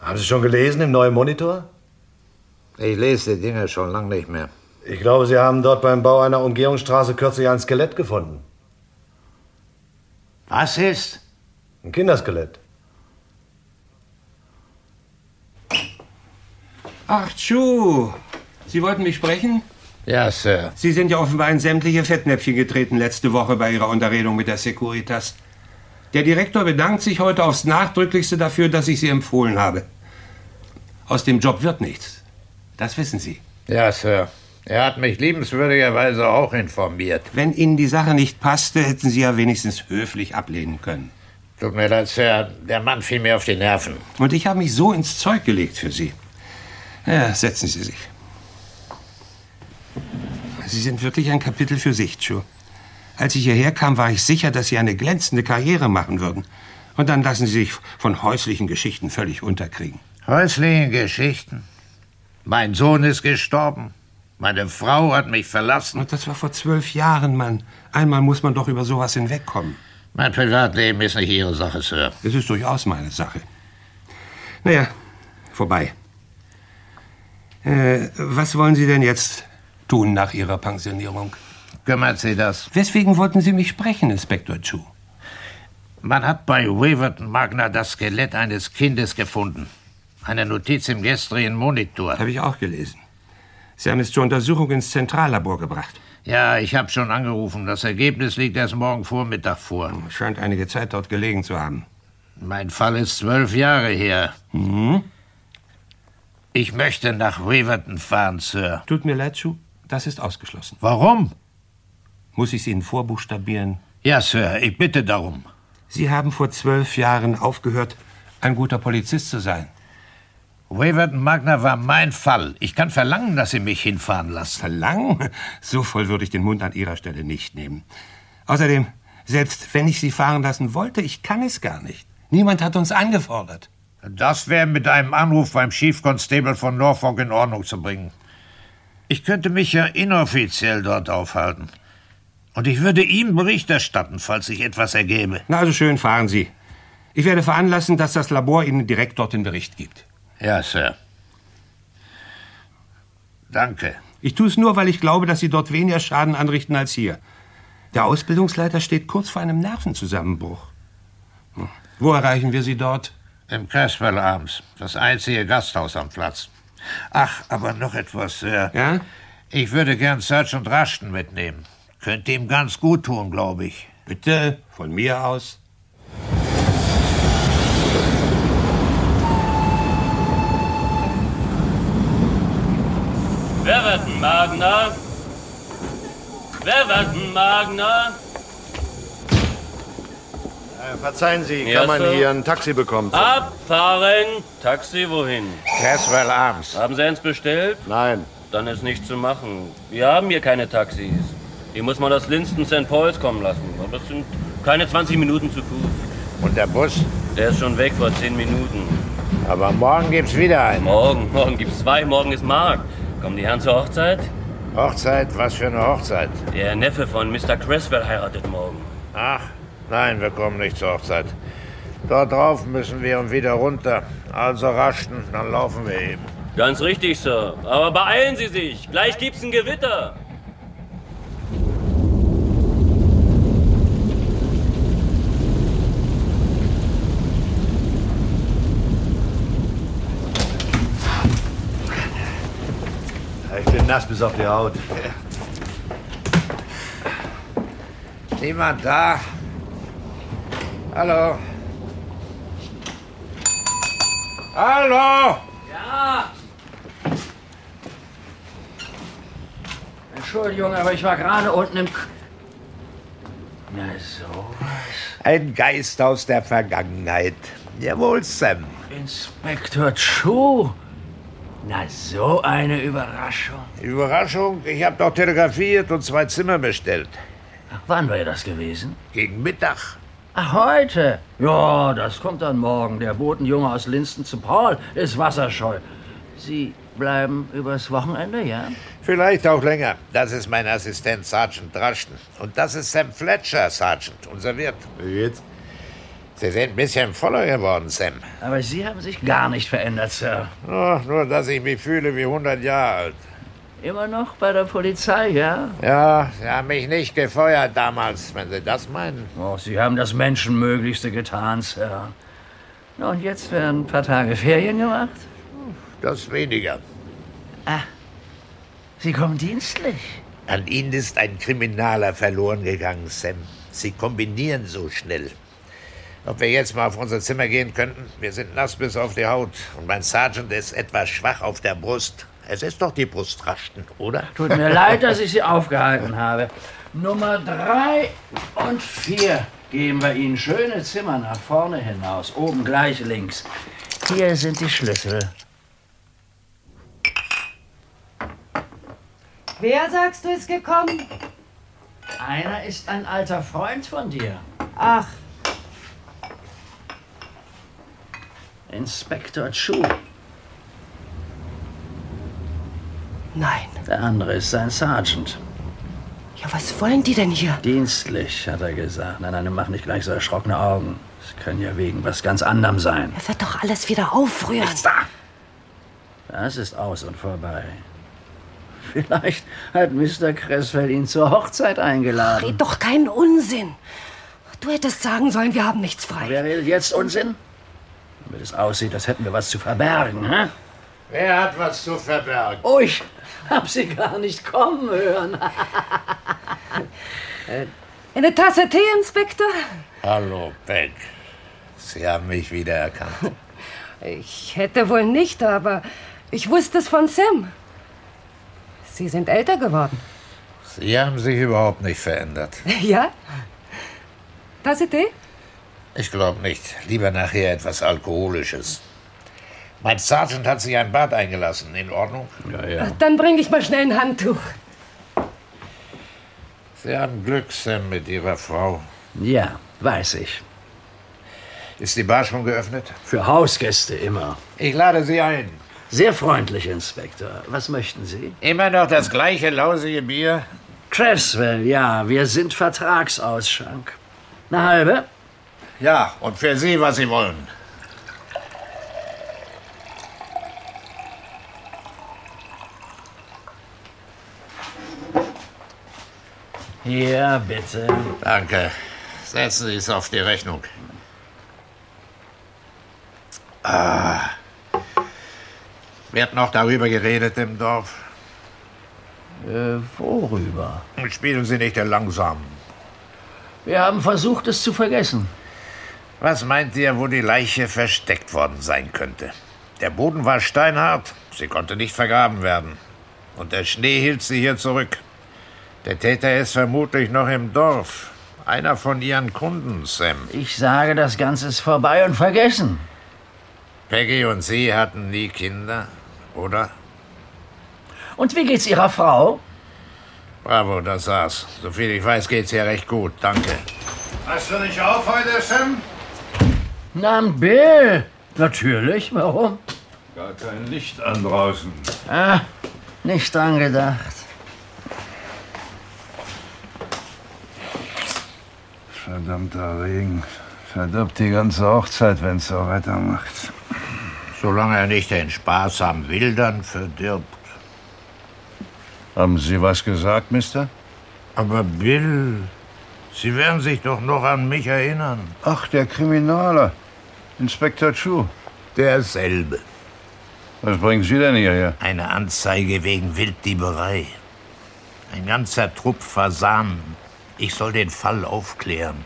Speaker 11: Haben Sie schon gelesen im neuen Monitor?
Speaker 8: Ich lese die Dinger schon lange nicht mehr.
Speaker 11: Ich glaube, Sie haben dort beim Bau einer Umgehungsstraße kürzlich ein Skelett gefunden.
Speaker 8: Was ist?
Speaker 11: Ein Kinderskelett.
Speaker 16: Ach, Chu. Sie wollten mich sprechen?
Speaker 8: Ja, Sir.
Speaker 16: Sie sind ja offenbar in sämtliche Fettnäpfchen getreten letzte Woche bei Ihrer Unterredung mit der Securitas. Der Direktor bedankt sich heute aufs Nachdrücklichste dafür, dass ich Sie empfohlen habe. Aus dem Job wird nichts. Das wissen Sie.
Speaker 8: Ja, Sir. Er hat mich liebenswürdigerweise auch informiert.
Speaker 16: Wenn Ihnen die Sache nicht passte, hätten Sie ja wenigstens höflich ablehnen können.
Speaker 8: Tut mir leid, Sir. Der Mann fiel mir auf die Nerven.
Speaker 16: Und ich habe mich so ins Zeug gelegt für Sie. Ja, setzen Sie sich. Sie sind wirklich ein Kapitel für sich, Joe. Als ich hierher kam, war ich sicher, dass Sie eine glänzende Karriere machen würden. Und dann lassen Sie sich von häuslichen Geschichten völlig unterkriegen.
Speaker 8: Häusliche Geschichten. Mein Sohn ist gestorben. Meine Frau hat mich verlassen.
Speaker 16: Und das war vor zwölf Jahren, Mann. Einmal muss man doch über sowas hinwegkommen.
Speaker 8: Mein Privatleben ist nicht Ihre Sache, Sir.
Speaker 16: Es ist durchaus meine Sache. Naja, vorbei. Äh, was wollen Sie denn jetzt tun nach Ihrer Pensionierung?
Speaker 8: Kümmert Sie das.
Speaker 16: Weswegen wollten Sie mich sprechen, Inspektor Chu?
Speaker 8: Man hat bei Waverton Magna das Skelett eines Kindes gefunden. Eine Notiz im gestrigen Monitor.
Speaker 16: Habe ich auch gelesen. Sie haben es zur Untersuchung ins Zentrallabor gebracht.
Speaker 8: Ja, ich habe schon angerufen. Das Ergebnis liegt erst morgen Vormittag vor.
Speaker 16: Oh, Scheint einige Zeit dort gelegen zu haben.
Speaker 8: Mein Fall ist zwölf Jahre her.
Speaker 16: Mhm.
Speaker 8: Ich möchte nach Waverton fahren, Sir.
Speaker 16: Tut mir leid, Chu, das ist ausgeschlossen.
Speaker 8: Warum?
Speaker 16: Muss ich Sie Ihnen vorbuchstabieren?
Speaker 8: Ja, Sir, ich bitte darum.
Speaker 16: Sie haben vor zwölf Jahren aufgehört, ein guter Polizist zu sein.
Speaker 8: Waverton Magna war mein Fall. Ich kann verlangen, dass Sie mich hinfahren lassen.
Speaker 16: Verlangen? So voll würde ich den Mund an Ihrer Stelle nicht nehmen. Außerdem, selbst wenn ich Sie fahren lassen wollte, ich kann es gar nicht. Niemand hat uns angefordert.
Speaker 8: Das wäre mit einem Anruf beim Chief Constable von Norfolk in Ordnung zu bringen. Ich könnte mich ja inoffiziell dort aufhalten. Und ich würde ihm Bericht erstatten, falls sich etwas ergäbe.
Speaker 16: Na also schön, fahren Sie. Ich werde veranlassen, dass das Labor Ihnen direkt dort den Bericht gibt.
Speaker 8: Ja, Sir. Danke.
Speaker 16: Ich tue es nur, weil ich glaube, dass Sie dort weniger Schaden anrichten als hier. Der Ausbildungsleiter steht kurz vor einem Nervenzusammenbruch. Hm. Wo erreichen wir Sie dort?
Speaker 8: Im Caswell Arms, das einzige Gasthaus am Platz. Ach, aber noch etwas, Sir.
Speaker 16: Ja?
Speaker 8: Ich würde gern Search und Rasten mitnehmen. Könnte ihm ganz gut tun, glaube ich.
Speaker 16: Bitte, von mir aus.
Speaker 17: Weverton Magner. Weverton Magner.
Speaker 11: Äh, Verzeihen Sie, kann
Speaker 17: Ja,
Speaker 11: man
Speaker 17: Sir?
Speaker 11: hier ein Taxi bekommen?
Speaker 17: Abfahren. Taxi wohin?
Speaker 11: Caswell Arms.
Speaker 17: Haben Sie eins bestellt?
Speaker 11: Nein.
Speaker 17: Dann ist nichts zu machen. Wir haben hier keine Taxis. Hier muss man aus Linston St. Paul's kommen lassen. Aber es sind keine 20 Minuten zu Fuß.
Speaker 8: Und der Bus?
Speaker 17: Der ist schon weg vor 10 Minuten.
Speaker 8: Aber morgen gibt's wieder einen.
Speaker 17: Morgen, morgen gibt's zwei. Morgen ist Markt. Kommen die Herren zur Hochzeit?
Speaker 8: Hochzeit? Was für eine Hochzeit?
Speaker 17: Der Neffe von Mr. Creswell heiratet morgen.
Speaker 8: Ach, nein, wir kommen nicht zur Hochzeit. Dort drauf müssen wir und wieder runter. Also raschen, dann laufen wir eben.
Speaker 17: Ganz richtig, Sir. Aber beeilen Sie sich. Gleich gibt's ein Gewitter.
Speaker 11: Ich bin nass bis auf die Haut.
Speaker 8: Niemand da? Hallo? Hallo?
Speaker 18: Ja,
Speaker 19: Entschuldigung, aber ich war gerade unten im. K Na so.
Speaker 8: Ein Geist aus der Vergangenheit. Jawohl, Sam.
Speaker 19: Inspektor Chu. Na so eine Überraschung.
Speaker 8: Überraschung, ich habe doch telegrafiert und zwei Zimmer bestellt.
Speaker 19: wann war das gewesen?
Speaker 8: Gegen Mittag.
Speaker 19: Ach, heute? Ja, das kommt dann morgen. Der Botenjunge aus Linston zu Paul ist wasserscheu. Sie bleiben übers Wochenende, ja?
Speaker 8: Vielleicht auch länger. Das ist mein Assistent Sergeant Draschen. Und das ist Sam Fletcher, Sergeant, unser Wirt. Jetzt? Sie sind ein bisschen voller geworden, Sam.
Speaker 19: Aber Sie haben sich gar nicht verändert, Sir.
Speaker 8: Ach, nur, dass ich mich fühle wie 100 Jahre alt.
Speaker 19: Immer noch bei der Polizei, ja?
Speaker 8: Ja, Sie haben mich nicht gefeuert damals, wenn Sie das meinen.
Speaker 19: Oh, Sie haben das Menschenmöglichste getan, Sir. Na, und jetzt werden ein paar Tage Ferien gemacht?
Speaker 8: Das weniger.
Speaker 19: Ah, Sie kommen dienstlich.
Speaker 8: An Ihnen ist ein Kriminaler verloren gegangen, Sam. Sie kombinieren so schnell. Ob wir jetzt mal auf unser Zimmer gehen könnten? Wir sind nass bis auf die Haut. Und mein Sergeant ist etwas schwach auf der Brust. Es ist doch die Brust rasten, oder?
Speaker 19: Tut mir leid, dass ich Sie aufgehalten habe. Nummer drei und vier geben wir Ihnen schöne Zimmer nach vorne hinaus, oben gleich links. Hier sind die Schlüssel.
Speaker 18: Wer sagst du ist gekommen?
Speaker 19: Einer ist ein alter Freund von dir.
Speaker 18: Ach,
Speaker 19: Inspektor Chu.
Speaker 18: nein.
Speaker 19: Der andere ist sein Sergeant.
Speaker 18: Ja, was wollen die denn hier?
Speaker 19: Dienstlich, hat er gesagt. Nein, nein, mach nicht gleich so erschrockene Augen. Es kann ja wegen was ganz anderem sein.
Speaker 18: Er wird doch alles wieder aufrühren. Nichts
Speaker 19: da. Das ist aus und vorbei. Vielleicht hat Mr. Cresswell ihn zur Hochzeit eingeladen.
Speaker 18: Red doch keinen Unsinn. Du hättest sagen sollen, wir haben nichts frei.
Speaker 19: Wer redet jetzt Unsinn? Damit es aussieht, als hätten wir was zu verbergen, hä?
Speaker 8: Wer hat was zu verbergen?
Speaker 19: Oh, ich hab sie gar nicht kommen hören.
Speaker 18: Eine Tasse Tee, Inspektor?
Speaker 8: Hallo, Beck. Sie haben mich wieder erkannt.
Speaker 18: Ich hätte wohl nicht, aber ich wusste es von Sam. Sie sind älter geworden.
Speaker 8: Sie haben sich überhaupt nicht verändert.
Speaker 18: Ja? Tasse Tee?
Speaker 8: Ich glaube nicht. Lieber nachher etwas Alkoholisches. Mein Sergeant hat sich ein Bad eingelassen. In Ordnung? Ja, ja.
Speaker 18: Dann bringe ich mal schnell ein Handtuch.
Speaker 8: Sie haben Glück, Sam, mit Ihrer Frau.
Speaker 19: Ja, weiß ich.
Speaker 8: Ist die Bar schon geöffnet?
Speaker 19: Für Hausgäste immer.
Speaker 8: Ich lade Sie ein.
Speaker 19: Sehr freundlich, Inspektor. Was möchten Sie?
Speaker 8: Immer noch das gleiche lausige Bier?
Speaker 19: Cresswell, ja, wir sind Vertragsausschank. Eine halbe?
Speaker 8: Ja, und für Sie, was Sie wollen.
Speaker 19: Ja, bitte.
Speaker 8: Danke. Setzen Sie es auf die Rechnung. Ah. Wird noch darüber geredet im Dorf?
Speaker 19: Äh, worüber?
Speaker 8: Spielen Sie nicht der Langsamen.
Speaker 19: Wir haben versucht, es zu vergessen.
Speaker 8: Was meint ihr, wo die Leiche versteckt worden sein könnte? Der Boden war steinhart, sie konnte nicht vergraben werden. Und der Schnee hielt sie hier zurück. Der Täter ist vermutlich noch im Dorf. Einer von ihren Kunden, Sam.
Speaker 19: Ich sage, das Ganze ist vorbei und vergessen.
Speaker 8: Peggy und sie hatten nie Kinder, oder?
Speaker 19: Und wie geht's Ihrer Frau?
Speaker 8: Bravo, das saß. Soviel ich weiß, geht's ihr recht gut. Danke.
Speaker 19: Hast du nicht auf heute, Sam? Na, Bill. Natürlich, warum?
Speaker 20: Gar kein Licht an draußen.
Speaker 19: Ah, nicht dran gedacht.
Speaker 20: Verdammter Regen. Verdirbt die ganze Hochzeit, wenn's so weitermacht.
Speaker 8: Solange er nicht den Spaß am Wildern verdirbt.
Speaker 20: Haben Sie was gesagt, Mister?
Speaker 8: Aber Bill, Sie werden sich doch noch an mich erinnern.
Speaker 20: Ach, der Kriminaler. Inspektor Chu.
Speaker 8: Derselbe.
Speaker 20: Was bringen Sie denn hierher?
Speaker 8: Eine Anzeige wegen Wilddieberei. Ein ganzer Trupp Fasanen. Ich soll den Fall aufklären.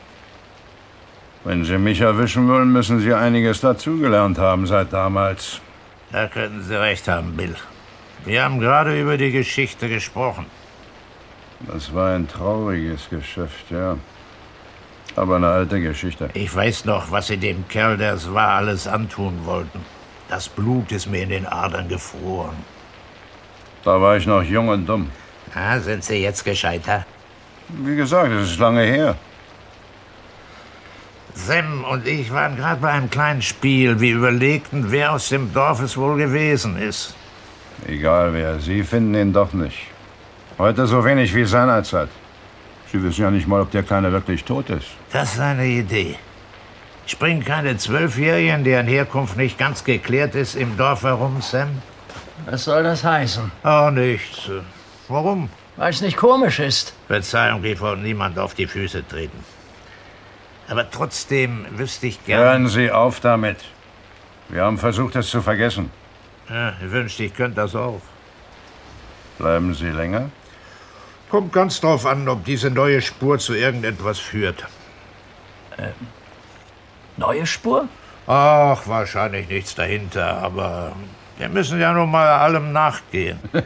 Speaker 20: Wenn Sie mich erwischen wollen, müssen Sie einiges dazugelernt haben seit damals.
Speaker 8: Da könnten Sie recht haben, Bill. Wir haben gerade über die Geschichte gesprochen.
Speaker 20: Das war ein trauriges Geschäft, ja. Aber eine alte Geschichte.
Speaker 8: Ich weiß noch, was Sie dem Kerl, der es war, alles antun wollten. Das Blut ist mir in den Adern gefroren.
Speaker 20: Da war ich noch jung und dumm.
Speaker 8: Ah, sind Sie jetzt gescheiter?
Speaker 20: Wie gesagt, es ist lange her.
Speaker 8: Sam und ich waren gerade bei einem kleinen Spiel. Wir überlegten, wer aus dem Dorf es wohl gewesen ist.
Speaker 20: Egal wer, Sie finden ihn doch nicht. Heute so wenig wie seinerzeit. Sie wissen ja nicht mal, ob der Kleine wirklich tot ist.
Speaker 8: Das ist eine Idee. Springen keine Zwölfjährigen, deren Herkunft nicht ganz geklärt ist, im Dorf herum, Sam?
Speaker 19: Was soll das heißen?
Speaker 8: Oh, nichts. Warum?
Speaker 19: Weil es nicht komisch ist.
Speaker 8: Verzeihung, ich wollte niemand auf die Füße treten. Aber trotzdem wüsste ich gern.
Speaker 20: Hören Sie auf damit. Wir haben versucht, es zu vergessen.
Speaker 8: Ja, ich äh, wünschte, ich könnte das auch.
Speaker 20: Bleiben Sie länger?
Speaker 8: Kommt ganz drauf an, ob diese neue Spur zu irgendetwas führt.
Speaker 20: Äh,
Speaker 19: Neue Spur?
Speaker 8: Ach, wahrscheinlich nichts dahinter, aber wir müssen ja nun mal allem nachgehen.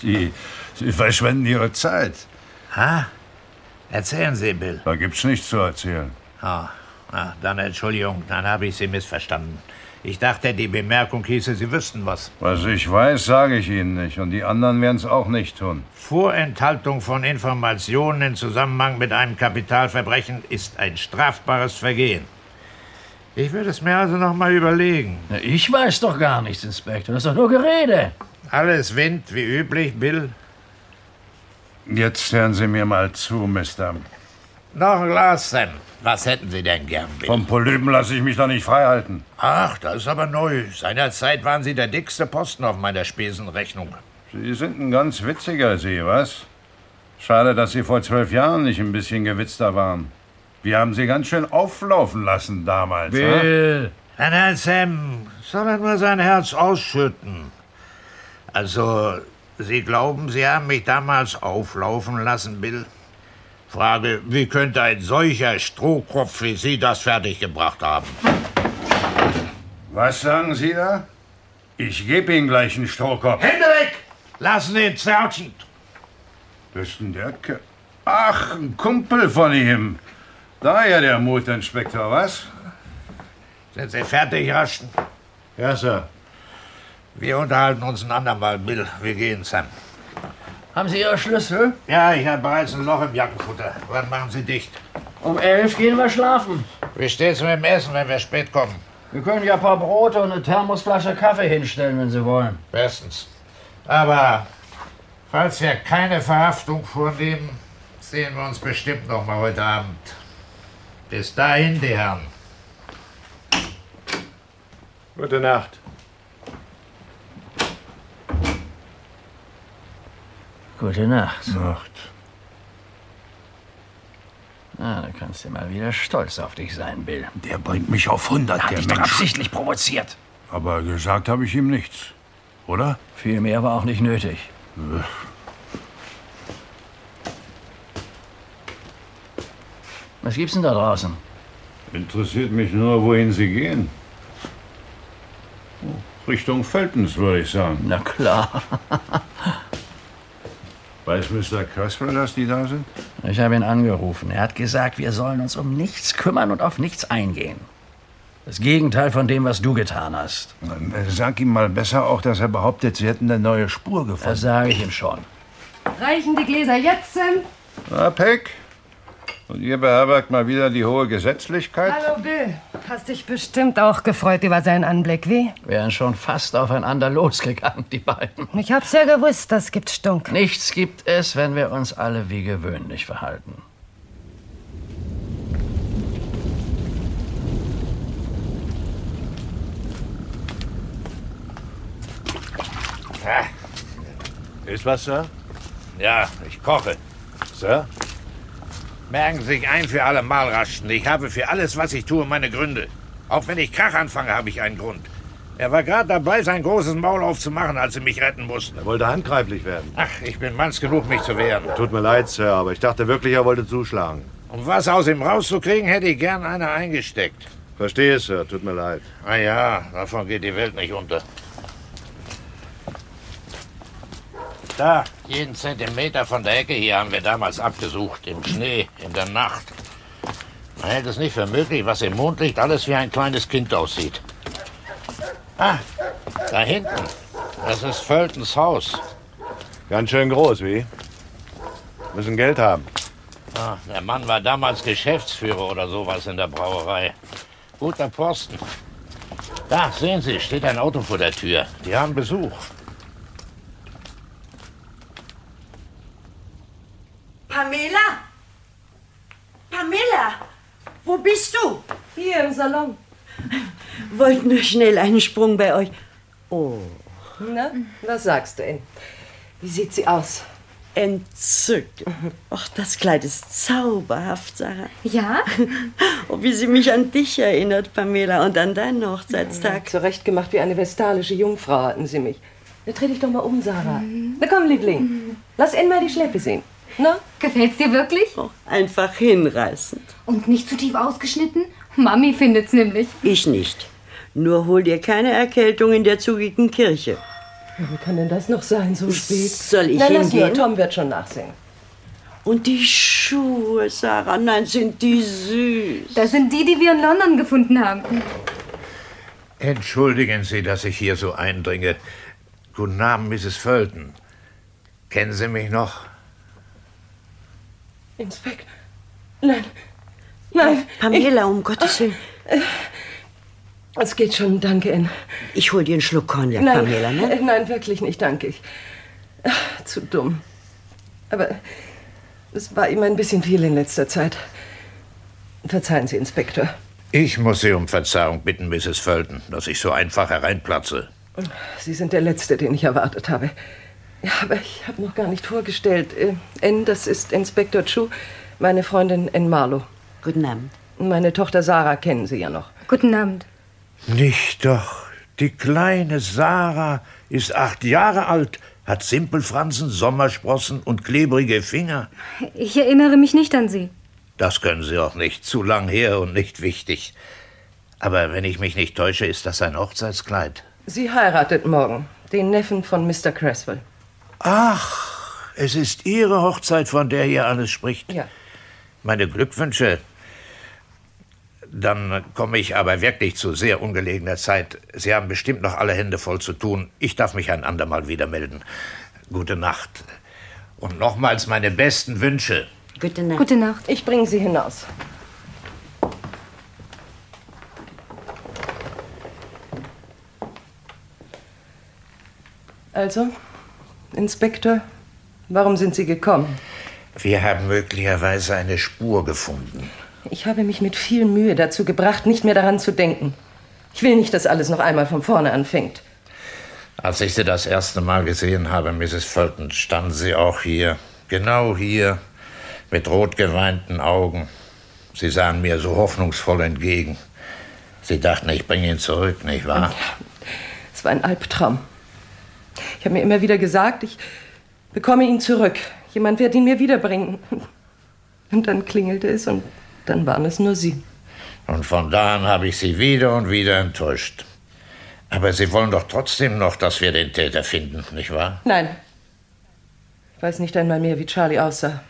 Speaker 20: Sie, Sie verschwenden Ihre Zeit.
Speaker 8: Ha? Erzählen Sie, Bill.
Speaker 20: Da gibt's nichts zu erzählen.
Speaker 8: Ah, ah, dann Entschuldigung, dann habe ich Sie missverstanden. Ich dachte, die Bemerkung hieße, Sie wüssten was.
Speaker 20: Was ich weiß, sage ich Ihnen nicht. Und die anderen werden es auch nicht tun.
Speaker 8: Vorenthaltung von Informationen in Zusammenhang mit einem Kapitalverbrechen ist ein strafbares Vergehen. Ich würde es mir also noch mal überlegen.
Speaker 19: Na, ich weiß doch gar nichts, Inspektor. Das ist doch nur Gerede.
Speaker 8: Alles Wind, wie üblich, Bill.
Speaker 20: Jetzt hören Sie mir mal zu, Mister.
Speaker 8: Noch ein Glas, Sam. Was hätten Sie denn gern, Bill?
Speaker 20: Vom Polypen lasse ich mich doch nicht freihalten.
Speaker 8: Ach, das ist aber neu. Seinerzeit waren Sie der dickste Posten auf meiner Spesenrechnung.
Speaker 20: Sie sind ein ganz witziger Sie, was? Schade, dass Sie vor zwölf Jahren nicht ein bisschen gewitzter waren. Wir haben Sie ganz schön auflaufen lassen damals.
Speaker 19: Bill.
Speaker 8: Nein, nein, Sam, soll er nur sein Herz ausschütten. Also, Sie glauben, Sie haben mich damals auflaufen lassen, Bill? Frage, wie könnte ein solcher Strohkopf wie Sie das fertiggebracht haben?
Speaker 20: Was sagen Sie da? Ich gebe Ihnen gleich einen Strohkopf.
Speaker 8: Hendrik, lassen Sie ihn Sergeant.
Speaker 20: Das ist denn der Ke Ach, ein Kumpel von ihm. Daher der Mut, Inspektor, was?
Speaker 8: Sind Sie fertig, Raschen?
Speaker 20: Ja, Sir.
Speaker 8: Wir unterhalten uns ein andermal, Bill. Wir gehen, Sam.
Speaker 19: Haben Sie Ihre Schlüssel?
Speaker 8: Ja, ich habe bereits ein Loch im Jackenfutter. Wann machen Sie dicht?
Speaker 19: Um elf gehen wir schlafen.
Speaker 8: Wie steht's mit dem Essen, wenn wir spät kommen?
Speaker 19: Wir können ja ein paar Brote und eine Thermosflasche Kaffee hinstellen, wenn Sie wollen.
Speaker 8: Bestens. Aber falls wir keine Verhaftung vornehmen, sehen wir uns bestimmt noch mal heute Abend. Bis dahin, die Herren.
Speaker 11: Gute Nacht.
Speaker 19: Gute Nacht.
Speaker 20: Nacht.
Speaker 19: Ah, da kannst du mal wieder stolz auf dich sein, Bill.
Speaker 20: Der bringt mich auf 100,
Speaker 19: Hat
Speaker 20: der
Speaker 19: dich doch
Speaker 20: Mensch.
Speaker 19: absichtlich provoziert.
Speaker 20: Aber gesagt habe ich ihm nichts, oder?
Speaker 19: Viel mehr war auch nicht nötig. Was gibt's denn da draußen?
Speaker 20: Interessiert mich nur, wohin Sie gehen. Richtung Feltens, würde ich sagen.
Speaker 19: Na klar.
Speaker 20: Weiß Mr. Casper, dass die da sind?
Speaker 19: Ich habe ihn angerufen. Er hat gesagt, wir sollen uns um nichts kümmern und auf nichts eingehen. Das Gegenteil von dem, was du getan hast.
Speaker 20: Sag ihm mal besser auch, dass er behauptet, Sie hätten eine neue Spur gefunden.
Speaker 19: Das sage ich ihm schon.
Speaker 5: Reichen die Gläser jetzt, Sam?
Speaker 20: Na, Peck. Und ihr beherbergt mal wieder die hohe Gesetzlichkeit?
Speaker 18: Hallo, Bill. Hast dich bestimmt auch gefreut über seinen Anblick, wie?
Speaker 19: Wären schon fast aufeinander losgegangen, die beiden.
Speaker 5: Ich hab's ja gewusst, das gibt Stunk.
Speaker 19: Nichts gibt es, wenn wir uns alle wie gewöhnlich verhalten.
Speaker 8: Ist was, Sir? Ja, ich koche. Sir? Merken Sie sich ein für alle Mal, Raschen. Ich habe für alles, was ich tue, meine Gründe. Auch wenn ich Krach anfange, habe ich einen Grund. Er war gerade dabei, sein großes Maul aufzumachen, als Sie mich retten mussten.
Speaker 11: Er wollte handgreiflich werden.
Speaker 8: Ach, ich bin manns genug, mich zu wehren.
Speaker 11: Tut mir leid, Sir, aber ich dachte wirklich, er wollte zuschlagen.
Speaker 8: Um was aus ihm rauszukriegen, hätte ich gern einer eingesteckt.
Speaker 11: Verstehe, Sir, tut mir leid.
Speaker 8: Ah ja, davon geht die Welt nicht unter. Da, jeden Zentimeter von der Ecke hier haben wir damals abgesucht. Im Schnee, in der Nacht. Man hält es nicht für möglich, was im Mondlicht alles wie ein kleines Kind aussieht. Ah, da hinten. Das ist Völtens Haus.
Speaker 11: Ganz schön groß, wie? Müssen Geld haben.
Speaker 8: Ah, der Mann war damals Geschäftsführer oder sowas in der Brauerei. Guter Posten. Da, sehen Sie, steht ein Auto vor der Tür. Die haben Besuch.
Speaker 21: Pamela? Pamela, wo bist du? Hier im Salon. Wollt nur schnell einen Sprung bei euch. Oh.
Speaker 5: Na, was sagst du, Ann? Wie sieht sie aus?
Speaker 21: Entzückt. Ach, das Kleid ist zauberhaft, Sarah.
Speaker 5: Ja?
Speaker 21: Oh, wie sie mich an dich erinnert, Pamela, und an deinen Hochzeitstag.
Speaker 22: Zurecht gemacht wie eine vestalische Jungfrau hatten sie mich. Na, dreh dich doch mal um, Sarah. Na komm, Liebling. Lass Ann mal die Schleppe sehen. Na?
Speaker 5: Gefällt's dir wirklich?
Speaker 21: Einfach hinreißend.
Speaker 5: Und nicht zu tief ausgeschnitten? Mami findet's nämlich.
Speaker 21: Ich nicht. Nur hol dir keine Erkältung in der zugigen Kirche.
Speaker 22: Wie kann denn das noch sein, so spät?
Speaker 21: Soll ich
Speaker 22: Na, lass
Speaker 21: hingehen?
Speaker 22: mal, Tom wird schon nachsehen.
Speaker 21: Und die Schuhe, Sarah, nein, sind die süß.
Speaker 5: Das sind die, die wir in London gefunden haben.
Speaker 8: Entschuldigen Sie, dass ich hier so eindringe. Guten Abend, Mrs. Fulton. Kennen Sie mich noch?
Speaker 22: Inspektor. Nein. Nein. Äh,
Speaker 21: Pamela, um Gottes Willen.
Speaker 22: Es geht schon, danke, Ann.
Speaker 21: Ich hol dir einen Schluck Cognac,
Speaker 22: nein,
Speaker 21: Pamela,
Speaker 22: äh,
Speaker 21: ne?
Speaker 22: nein, wirklich nicht, danke ich. Ach, zu dumm. Aber es war ihm ein bisschen viel in letzter Zeit. Verzeihen Sie, Inspektor.
Speaker 8: Ich muss Sie um Verzeihung bitten, Mrs. Fulton, dass ich so einfach hereinplatze.
Speaker 22: Sie sind der Letzte, den ich erwartet habe. Ja, aber ich habe noch gar nicht vorgestellt. Äh, N, das ist Inspektor Chu, meine Freundin N. Marlow.
Speaker 21: Guten Abend.
Speaker 22: Meine Tochter Sarah kennen Sie ja noch.
Speaker 5: Guten Abend.
Speaker 8: Nicht doch. Die kleine Sarah ist acht Jahre alt, hat Simpelfransen, Sommersprossen und klebrige Finger.
Speaker 5: Ich erinnere mich nicht an sie.
Speaker 8: Das können Sie auch nicht. Zu lang her und nicht wichtig. Aber wenn ich mich nicht täusche, ist das ein Hochzeitskleid.
Speaker 22: Sie heiratet morgen den Neffen von Mr. Creswell.
Speaker 8: Ach, es ist Ihre Hochzeit, von der hier alles spricht.
Speaker 22: Ja.
Speaker 8: Meine Glückwünsche. Dann komme ich aber wirklich zu sehr ungelegener Zeit. Sie haben bestimmt noch alle Hände voll zu tun. Ich darf mich ein andermal wieder melden. Gute Nacht. Und nochmals meine besten Wünsche.
Speaker 21: Gute Nacht.
Speaker 5: Gute Nacht.
Speaker 22: Ich bringe Sie hinaus. Also, Inspektor, warum sind Sie gekommen?
Speaker 8: Wir haben möglicherweise eine Spur gefunden.
Speaker 22: Ich habe mich mit viel Mühe dazu gebracht, nicht mehr daran zu denken. Ich will nicht, dass alles noch einmal von vorne anfängt.
Speaker 8: Als ich Sie das erste Mal gesehen habe, Mrs. Fulton, standen Sie auch hier, genau hier, mit rot geweinten Augen. Sie sahen mir so hoffnungsvoll entgegen. Sie dachten, ich bringe ihn zurück, nicht wahr?
Speaker 22: Es war ein Albtraum. Ich habe mir immer wieder gesagt, ich bekomme ihn zurück. Jemand wird ihn mir wiederbringen. Und dann klingelte es und dann waren es nur Sie.
Speaker 8: Und von da an habe ich Sie wieder und wieder enttäuscht. Aber Sie wollen doch trotzdem noch, dass wir den Täter finden, nicht wahr?
Speaker 22: Nein. Ich weiß nicht einmal mehr, wie Charlie aussah.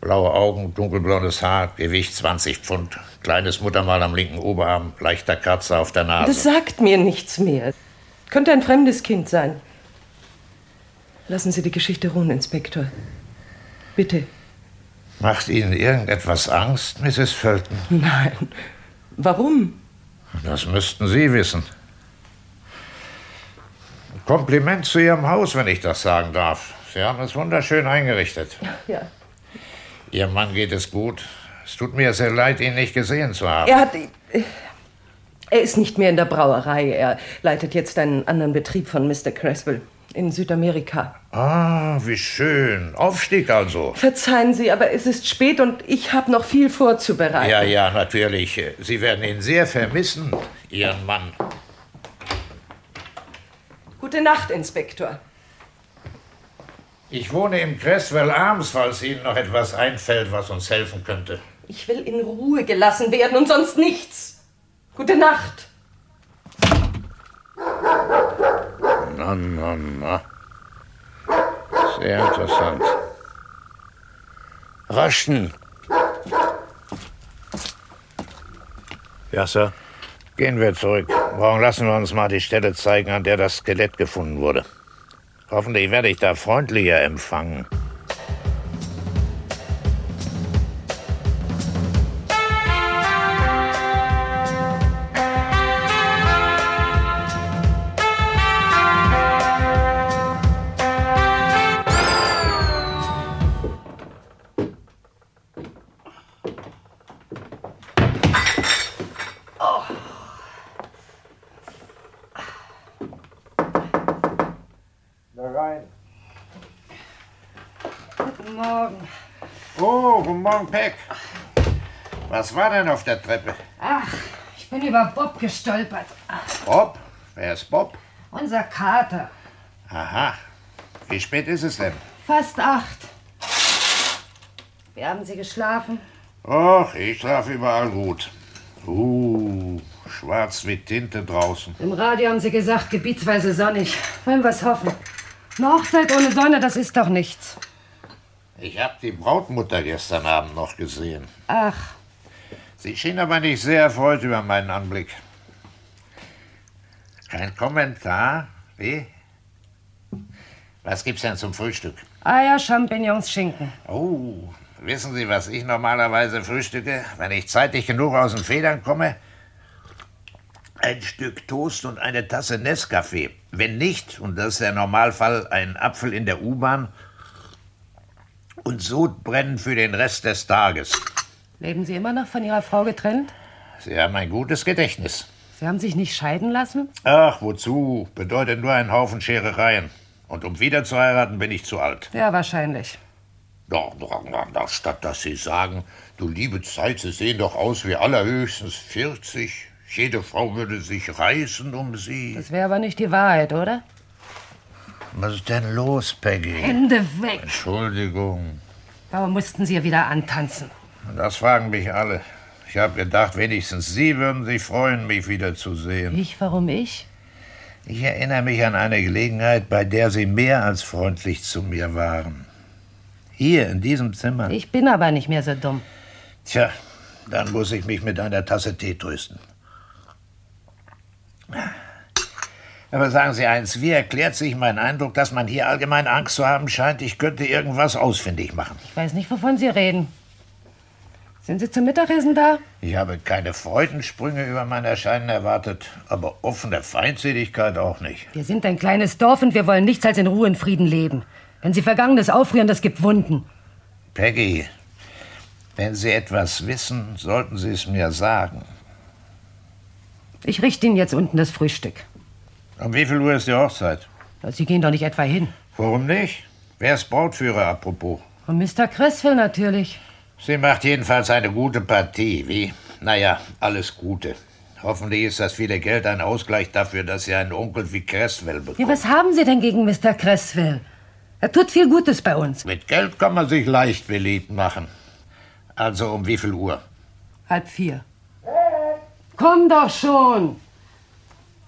Speaker 8: Blaue Augen, dunkelblondes Haar, Gewicht 20 Pfund, kleines Muttermal am linken Oberarm, leichter Kratzer auf der Nase.
Speaker 22: Das sagt mir nichts mehr. Könnte ein fremdes Kind sein. Lassen Sie die Geschichte ruhen, Inspektor. Bitte.
Speaker 8: Macht Ihnen irgendetwas Angst, Mrs. Felton?
Speaker 22: Nein. Warum?
Speaker 8: Das müssten Sie wissen. Kompliment zu Ihrem Haus, wenn ich das sagen darf. Sie haben es wunderschön eingerichtet.
Speaker 22: Ja.
Speaker 8: Ihrem Mann geht es gut. Es tut mir sehr leid, ihn nicht gesehen zu haben.
Speaker 22: Er hat. Er ist nicht mehr in der Brauerei. Er leitet jetzt einen anderen Betrieb von Mr. Creswell in Südamerika.
Speaker 8: Ah, wie schön. Aufstieg also.
Speaker 22: Verzeihen Sie, aber es ist spät und ich habe noch viel vorzubereiten.
Speaker 8: Ja, ja, natürlich. Sie werden ihn sehr vermissen, Ihren Mann.
Speaker 22: Gute Nacht, Inspektor.
Speaker 8: Ich wohne im Creswell Arms, falls Ihnen noch etwas einfällt, was uns helfen könnte.
Speaker 22: Ich will in Ruhe gelassen werden und sonst nichts. Gute Nacht.
Speaker 8: Na, na, na. Sehr interessant. Raschen. Ja, Sir. Gehen wir zurück. Morgen lassen wir uns mal die Stelle zeigen, an der das Skelett gefunden wurde. Hoffentlich werde ich da freundlicher empfangen.
Speaker 3: Da rein.
Speaker 8: Guten Morgen. Oh, guten Morgen, Peck. Was war denn auf der Treppe?
Speaker 3: Ach, ich bin über Bob gestolpert.
Speaker 8: Bob? Wer ist Bob?
Speaker 3: Unser Kater.
Speaker 8: Aha. Wie spät ist es denn?
Speaker 3: Fast acht. Wie haben Sie geschlafen?
Speaker 8: Och, ich schlafe überall gut. Uh, schwarz wie Tinte draußen.
Speaker 3: Im Radio haben Sie gesagt, gebietsweise sonnig. Wollen wir's hoffen. Eine Hochzeit ohne Sonne, das ist doch nichts.
Speaker 8: Ich habe die Brautmutter gestern Abend noch gesehen.
Speaker 3: Ach,
Speaker 8: Sie schien aber nicht sehr erfreut über meinen Anblick. Kein Kommentar? Wie? Was gibt's denn zum Frühstück?
Speaker 3: Eier, Champignons, Schinken.
Speaker 8: Oh, wissen Sie, was ich normalerweise frühstücke, wenn ich zeitig genug aus den Federn komme? Ein Stück Toast und eine Tasse Nescafé. Wenn nicht, und das ist der Normalfall, ein Apfel in der U-Bahn und Sodbrennen für den Rest des Tages.
Speaker 3: Leben Sie immer noch von Ihrer Frau getrennt?
Speaker 8: Sie haben ein gutes Gedächtnis.
Speaker 3: Sie haben sich nicht scheiden lassen?
Speaker 8: Ach, wozu? Bedeutet nur einen Haufen Scherereien. Und um wieder zu heiraten, bin ich zu alt.
Speaker 3: Ja, wahrscheinlich.
Speaker 8: Doch, doch, doch, doch, statt dass Sie sagen, du liebe Zeit, Sie sehen doch aus wie allerhöchstens 40. Jede Frau würde sich reißen um Sie.
Speaker 3: Das wäre aber nicht die Wahrheit, oder?
Speaker 8: Was ist denn los, Peggy?
Speaker 3: Hände weg!
Speaker 8: Entschuldigung.
Speaker 3: Warum mussten Sie ihr wieder antanzen?
Speaker 8: Das fragen mich alle. Ich habe gedacht, wenigstens Sie würden sich freuen, mich wiederzusehen.
Speaker 3: Ich, warum ich?
Speaker 8: Ich erinnere mich an eine Gelegenheit, bei der Sie mehr als freundlich zu mir waren. Hier, in diesem Zimmer.
Speaker 3: Ich bin aber nicht mehr so dumm.
Speaker 8: Tja, dann muss ich mich mit einer Tasse Tee trösten. Aber sagen Sie eins, wie erklärt sich mein Eindruck, dass man hier allgemein Angst zu haben scheint, ich könnte irgendwas ausfindig machen?
Speaker 3: Ich weiß nicht, wovon Sie reden. Sind Sie zum Mittagessen da?
Speaker 8: Ich habe keine Freudensprünge über mein Erscheinen erwartet, aber offene Feindseligkeit auch nicht.
Speaker 3: Wir sind ein kleines Dorf und wir wollen nichts als in Ruhe und Frieden leben. Wenn Sie Vergangenes aufrühren, das gibt Wunden.
Speaker 8: Peggy, wenn Sie etwas wissen, sollten Sie es mir sagen.
Speaker 3: Ich richte Ihnen jetzt unten das Frühstück.
Speaker 8: Um wie viel Uhr ist die Hochzeit?
Speaker 3: Sie gehen doch nicht etwa hin.
Speaker 8: Warum nicht? Wer ist Brautführer, apropos?
Speaker 3: Und Mr. Cresswell natürlich.
Speaker 8: Sie macht jedenfalls eine gute Partie, wie? Naja, alles Gute. Hoffentlich ist das viele Geld ein Ausgleich dafür, dass sie einen Onkel wie Cresswell bekommt.
Speaker 18: Ja, was haben Sie denn gegen Mr. Cresswell? Er tut viel Gutes bei uns.
Speaker 8: Mit Geld kann man sich leicht beliebt machen. Also um wie viel Uhr?
Speaker 18: Halb vier. Komm doch schon!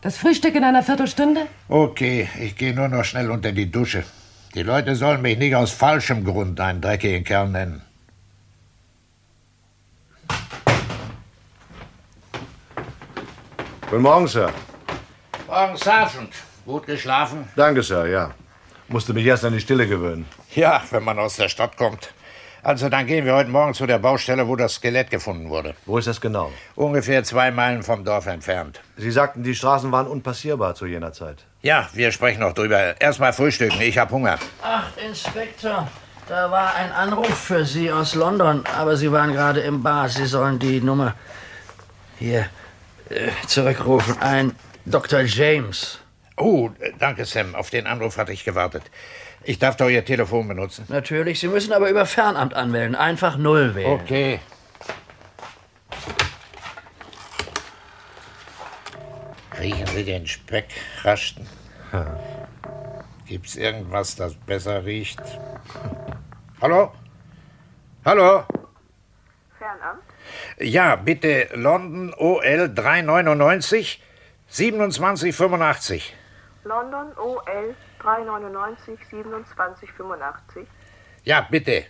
Speaker 18: Das Frühstück in einer Viertelstunde?
Speaker 8: Okay, ich gehe nur noch schnell unter die Dusche. Die Leute sollen mich nicht aus falschem Grund einen dreckigen Kerl nennen.
Speaker 11: Guten Morgen, Sir.
Speaker 8: Morgen Sergeant. Gut geschlafen?
Speaker 11: Danke, Sir, ja. Musste mich erst an die Stille gewöhnen.
Speaker 8: Ja, wenn man aus der Stadt kommt. Also, dann gehen wir heute Morgen zu der Baustelle, wo das Skelett gefunden wurde.
Speaker 11: Wo ist das genau?
Speaker 8: Ungefähr zwei Meilen vom Dorf entfernt.
Speaker 11: Sie sagten, die Straßen waren unpassierbar zu jener Zeit.
Speaker 8: Ja, wir sprechen noch drüber. Erstmal frühstücken, ich hab Hunger.
Speaker 19: Ach, Inspektor, da war ein Anruf für Sie aus London, aber Sie waren gerade im Bar. Sie sollen die Nummer hier äh, zurückrufen. Ein Dr. James.
Speaker 8: Oh, danke, Sam. Auf den Anruf hatte ich gewartet. Ich darf doch Ihr Telefon benutzen.
Speaker 19: Natürlich, Sie müssen aber über Fernamt anmelden. Einfach null wählen.
Speaker 8: Okay. Riechen Sie den Speck, Raschten? Gibt's irgendwas, das besser riecht? Hallo? Hallo?
Speaker 4: Fernamt?
Speaker 8: Ja, bitte London OL 399 2785.
Speaker 4: London OL 399 27 85.
Speaker 8: Ja, bitte.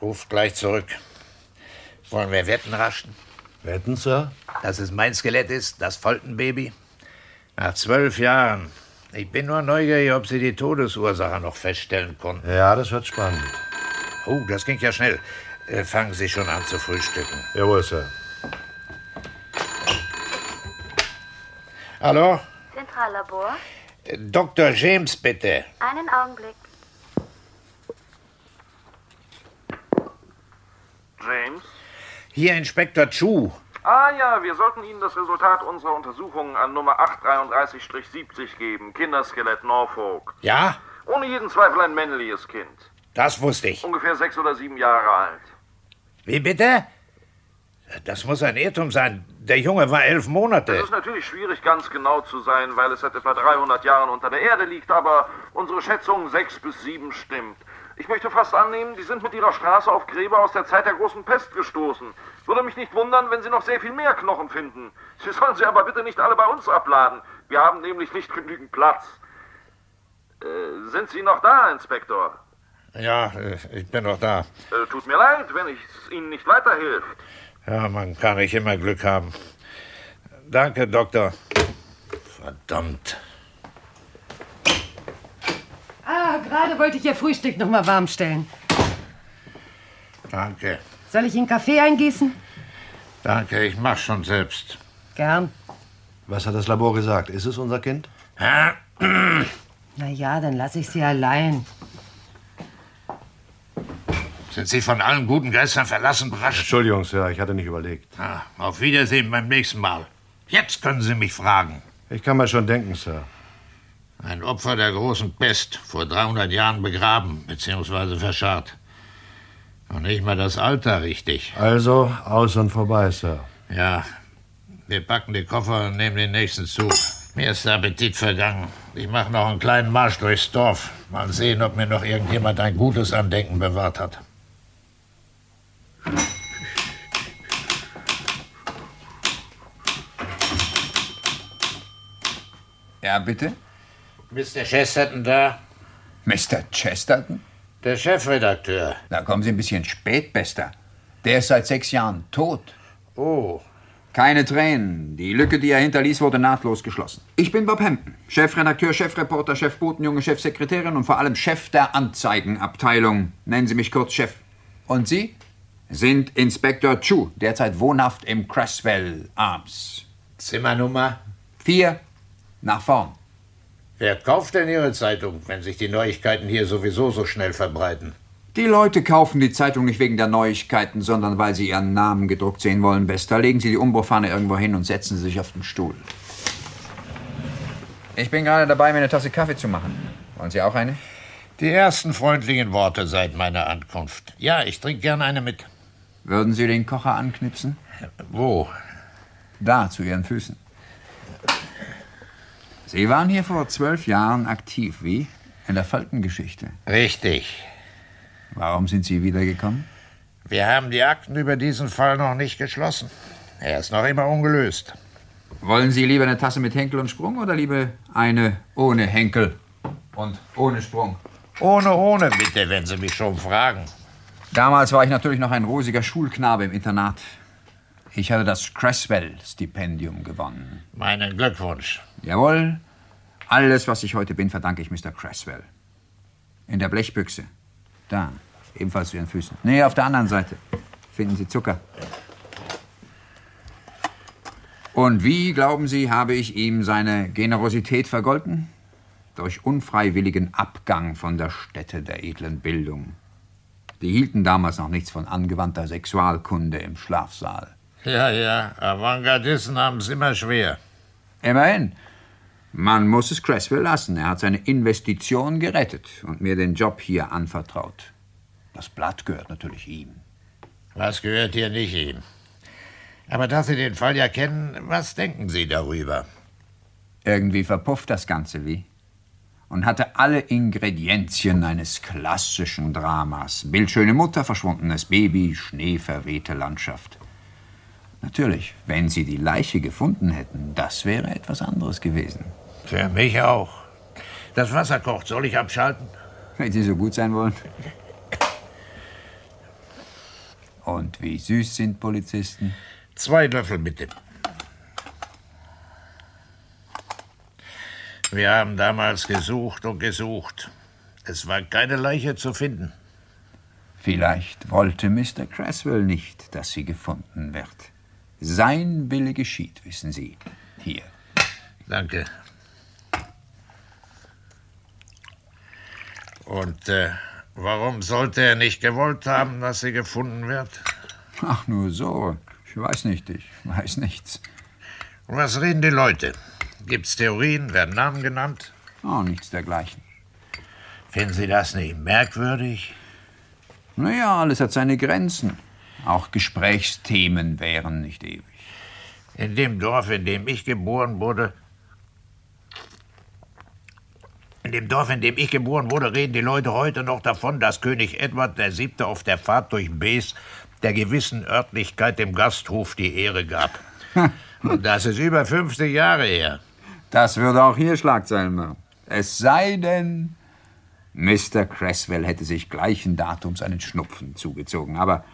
Speaker 8: Ruft gleich zurück. Wollen wir wetten, Raschten?
Speaker 11: Wetten, Sir?
Speaker 8: Dass es mein Skelett ist, das Foltenbaby? Nach zwölf Jahren. Ich bin nur neugierig, ob Sie die Todesursache noch feststellen konnten.
Speaker 11: Ja, das wird spannend.
Speaker 8: Oh, das ging ja schnell. Äh, fangen Sie schon an zu frühstücken.
Speaker 11: Jawohl, Sir.
Speaker 8: Hallo?
Speaker 4: Zentrallabor?
Speaker 8: Äh, Dr. James, bitte.
Speaker 4: Einen Augenblick.
Speaker 2: James?
Speaker 8: Hier Inspektor Chu.
Speaker 2: Ah ja, wir sollten Ihnen das Resultat unserer Untersuchungen an Nummer 833-70 geben. Kinderskelett Norfolk.
Speaker 8: Ja,
Speaker 2: Ohne jeden Zweifel ein männliches Kind.
Speaker 8: das wusste ich.
Speaker 2: Ungefähr sechs oder sieben Jahre alt.
Speaker 8: Wie bitte? Das muss ein Irrtum sein. Der Junge war elf
Speaker 2: Es
Speaker 8: Monate.
Speaker 2: ist natürlich schwierig, ganz genau zu sein, weil es seit etwa 300 Jahren unter der Erde liegt, aber unsere Schätzung sechs bis sieben stimmt. Ich möchte fast annehmen, Sie sind mit Ihrer Straße auf Gräber aus der Zeit der großen Pest gestoßen. Würde mich nicht wundern, wenn Sie noch sehr viel mehr Knochen finden. Sie sollen sie aber bitte nicht alle bei uns abladen. Wir haben nämlich nicht genügend Platz. Äh, sind Sie noch da, Inspektor?
Speaker 8: Ja, äh, ich bin noch da.
Speaker 2: Äh, tut mir leid, wenn es Ihnen nicht weiterhilft.
Speaker 8: Ja, man kann nicht immer Glück haben. Danke, Doktor. Verdammt.
Speaker 3: Ah, gerade wollte ich Ihr Frühstück noch mal warm stellen.
Speaker 8: Danke.
Speaker 3: Soll ich Ihnen Kaffee eingießen?
Speaker 8: Danke, ich mach schon selbst.
Speaker 3: Gern.
Speaker 11: Was hat das Labor gesagt? Ist es unser Kind?
Speaker 8: Hä?
Speaker 3: Na ja, dann lasse ich Sie allein.
Speaker 8: Sind Sie von allen guten Geistern verlassen, Brasch?
Speaker 11: Entschuldigung, Sir, ich hatte nicht überlegt.
Speaker 8: Ah, auf Wiedersehen beim nächsten Mal. Jetzt können Sie mich fragen.
Speaker 11: Ich kann mir schon denken, Sir.
Speaker 8: Ein Opfer der großen Pest, vor 300 Jahren begraben bzw. verscharrt. Und nicht mal das Alter richtig.
Speaker 11: Also, aus und vorbei, Sir.
Speaker 8: Ja, wir packen die Koffer und nehmen den nächsten Zug. Mir ist der Appetit vergangen. Ich mache noch einen kleinen Marsch durchs Dorf. Mal sehen, ob mir noch irgendjemand ein gutes Andenken bewahrt hat.
Speaker 23: Ja, bitte?
Speaker 8: Mr. Chesterton da?
Speaker 23: Mr. Chesterton?
Speaker 8: Der Chefredakteur.
Speaker 23: Da kommen Sie ein bisschen spät, Bester. Der ist seit sechs Jahren tot.
Speaker 8: Oh.
Speaker 23: Keine Tränen. Die Lücke, die er hinterließ, wurde nahtlos geschlossen. Ich bin Bob Hampton, Chefredakteur, Chefreporter, Chefbotenjunge, Chefsekretärin und vor allem Chef der Anzeigenabteilung. Nennen Sie mich kurz Chef. Und Sie sind Inspektor Chu, derzeit wohnhaft im Cresswell Arms.
Speaker 8: Zimmernummer?
Speaker 23: Vier. Nach vorn.
Speaker 8: Wer kauft denn Ihre Zeitung, wenn sich die Neuigkeiten hier sowieso so schnell verbreiten?
Speaker 23: Die Leute kaufen die Zeitung nicht wegen der Neuigkeiten, sondern weil sie ihren Namen gedruckt sehen wollen, Bester. Legen Sie die Umbofahne irgendwo hin und setzen Sie sich auf den Stuhl. Ich bin gerade dabei, mir eine Tasse Kaffee zu machen. Wollen Sie auch eine?
Speaker 8: Die ersten freundlichen Worte seit meiner Ankunft. Ja, ich trinke gerne eine mit.
Speaker 23: Würden Sie den Kocher anknipsen?
Speaker 8: Wo?
Speaker 23: Da, zu Ihren Füßen. Sie waren hier vor zwölf Jahren aktiv, wie? In der Faltengeschichte.
Speaker 8: Richtig.
Speaker 23: Warum sind Sie wiedergekommen?
Speaker 8: Wir haben die Akten über diesen Fall noch nicht geschlossen. Er ist noch immer ungelöst.
Speaker 23: Wollen Sie lieber eine Tasse mit Henkel und Sprung oder lieber eine ohne Henkel und ohne Sprung?
Speaker 8: Ohne, ohne, bitte, wenn Sie mich schon fragen.
Speaker 23: Damals war ich natürlich noch ein rosiger Schulknabe im Internat. Ich hatte das Cresswell-Stipendium gewonnen.
Speaker 8: Meinen Glückwunsch.
Speaker 23: Jawohl. Alles, was ich heute bin, verdanke ich Mr. Cresswell. In der Blechbüchse. Da. Ebenfalls zu Ihren Füßen. Nee, auf der anderen Seite. Finden Sie Zucker. Und wie, glauben Sie, habe ich ihm seine Generosität vergolten? Durch unfreiwilligen Abgang von der Stätte der edlen Bildung. Die hielten damals noch nichts von angewandter Sexualkunde im Schlafsaal.
Speaker 8: Ja, ja, Avantgardisten haben es immer schwer.
Speaker 23: Immerhin. Man muss es Cresswell lassen. Er hat seine Investition gerettet und mir den Job hier anvertraut. Das Blatt gehört natürlich ihm.
Speaker 8: Was gehört hier nicht ihm? Aber da Sie den Fall ja kennen, was denken Sie darüber?
Speaker 23: Irgendwie verpufft das Ganze wie. Und hatte alle Ingredienzien eines klassischen Dramas. Bildschöne Mutter, verschwundenes Baby, schneeverwehte Landschaft. Natürlich, wenn Sie die Leiche gefunden hätten, das wäre etwas anderes gewesen.
Speaker 8: Für mich auch. Das Wasser kocht, soll ich abschalten?
Speaker 23: Wenn Sie so gut sein wollen. Und wie süß sind Polizisten?
Speaker 8: Zwei Löffel bitte. Wir haben damals gesucht und gesucht. Es war keine Leiche zu finden.
Speaker 23: Vielleicht wollte Mr. Cresswell nicht, dass sie gefunden wird. Sein Wille geschieht, wissen Sie. Hier.
Speaker 8: Danke. Und äh, warum sollte er nicht gewollt haben, dass sie gefunden wird?
Speaker 23: Ach, nur so. Ich weiß nicht, ich weiß nichts.
Speaker 8: Was reden die Leute? Gibt's Theorien? Werden Namen genannt?
Speaker 23: Oh, nichts dergleichen.
Speaker 8: Finden Sie das nicht merkwürdig?
Speaker 23: Naja, alles hat seine Grenzen. Auch Gesprächsthemen wären nicht ewig.
Speaker 8: In dem Dorf, in dem ich geboren wurde. In dem Dorf, in dem ich geboren wurde, reden die Leute heute noch davon, dass König Edward VII. auf der Fahrt durch Bees der gewissen Örtlichkeit dem Gasthof die Ehre gab. Und das ist über 50 Jahre her.
Speaker 23: Das würde auch hier Schlagzeilen machen. Es sei denn, Mr. Cresswell hätte sich gleichen Datums einen Schnupfen zugezogen. Aber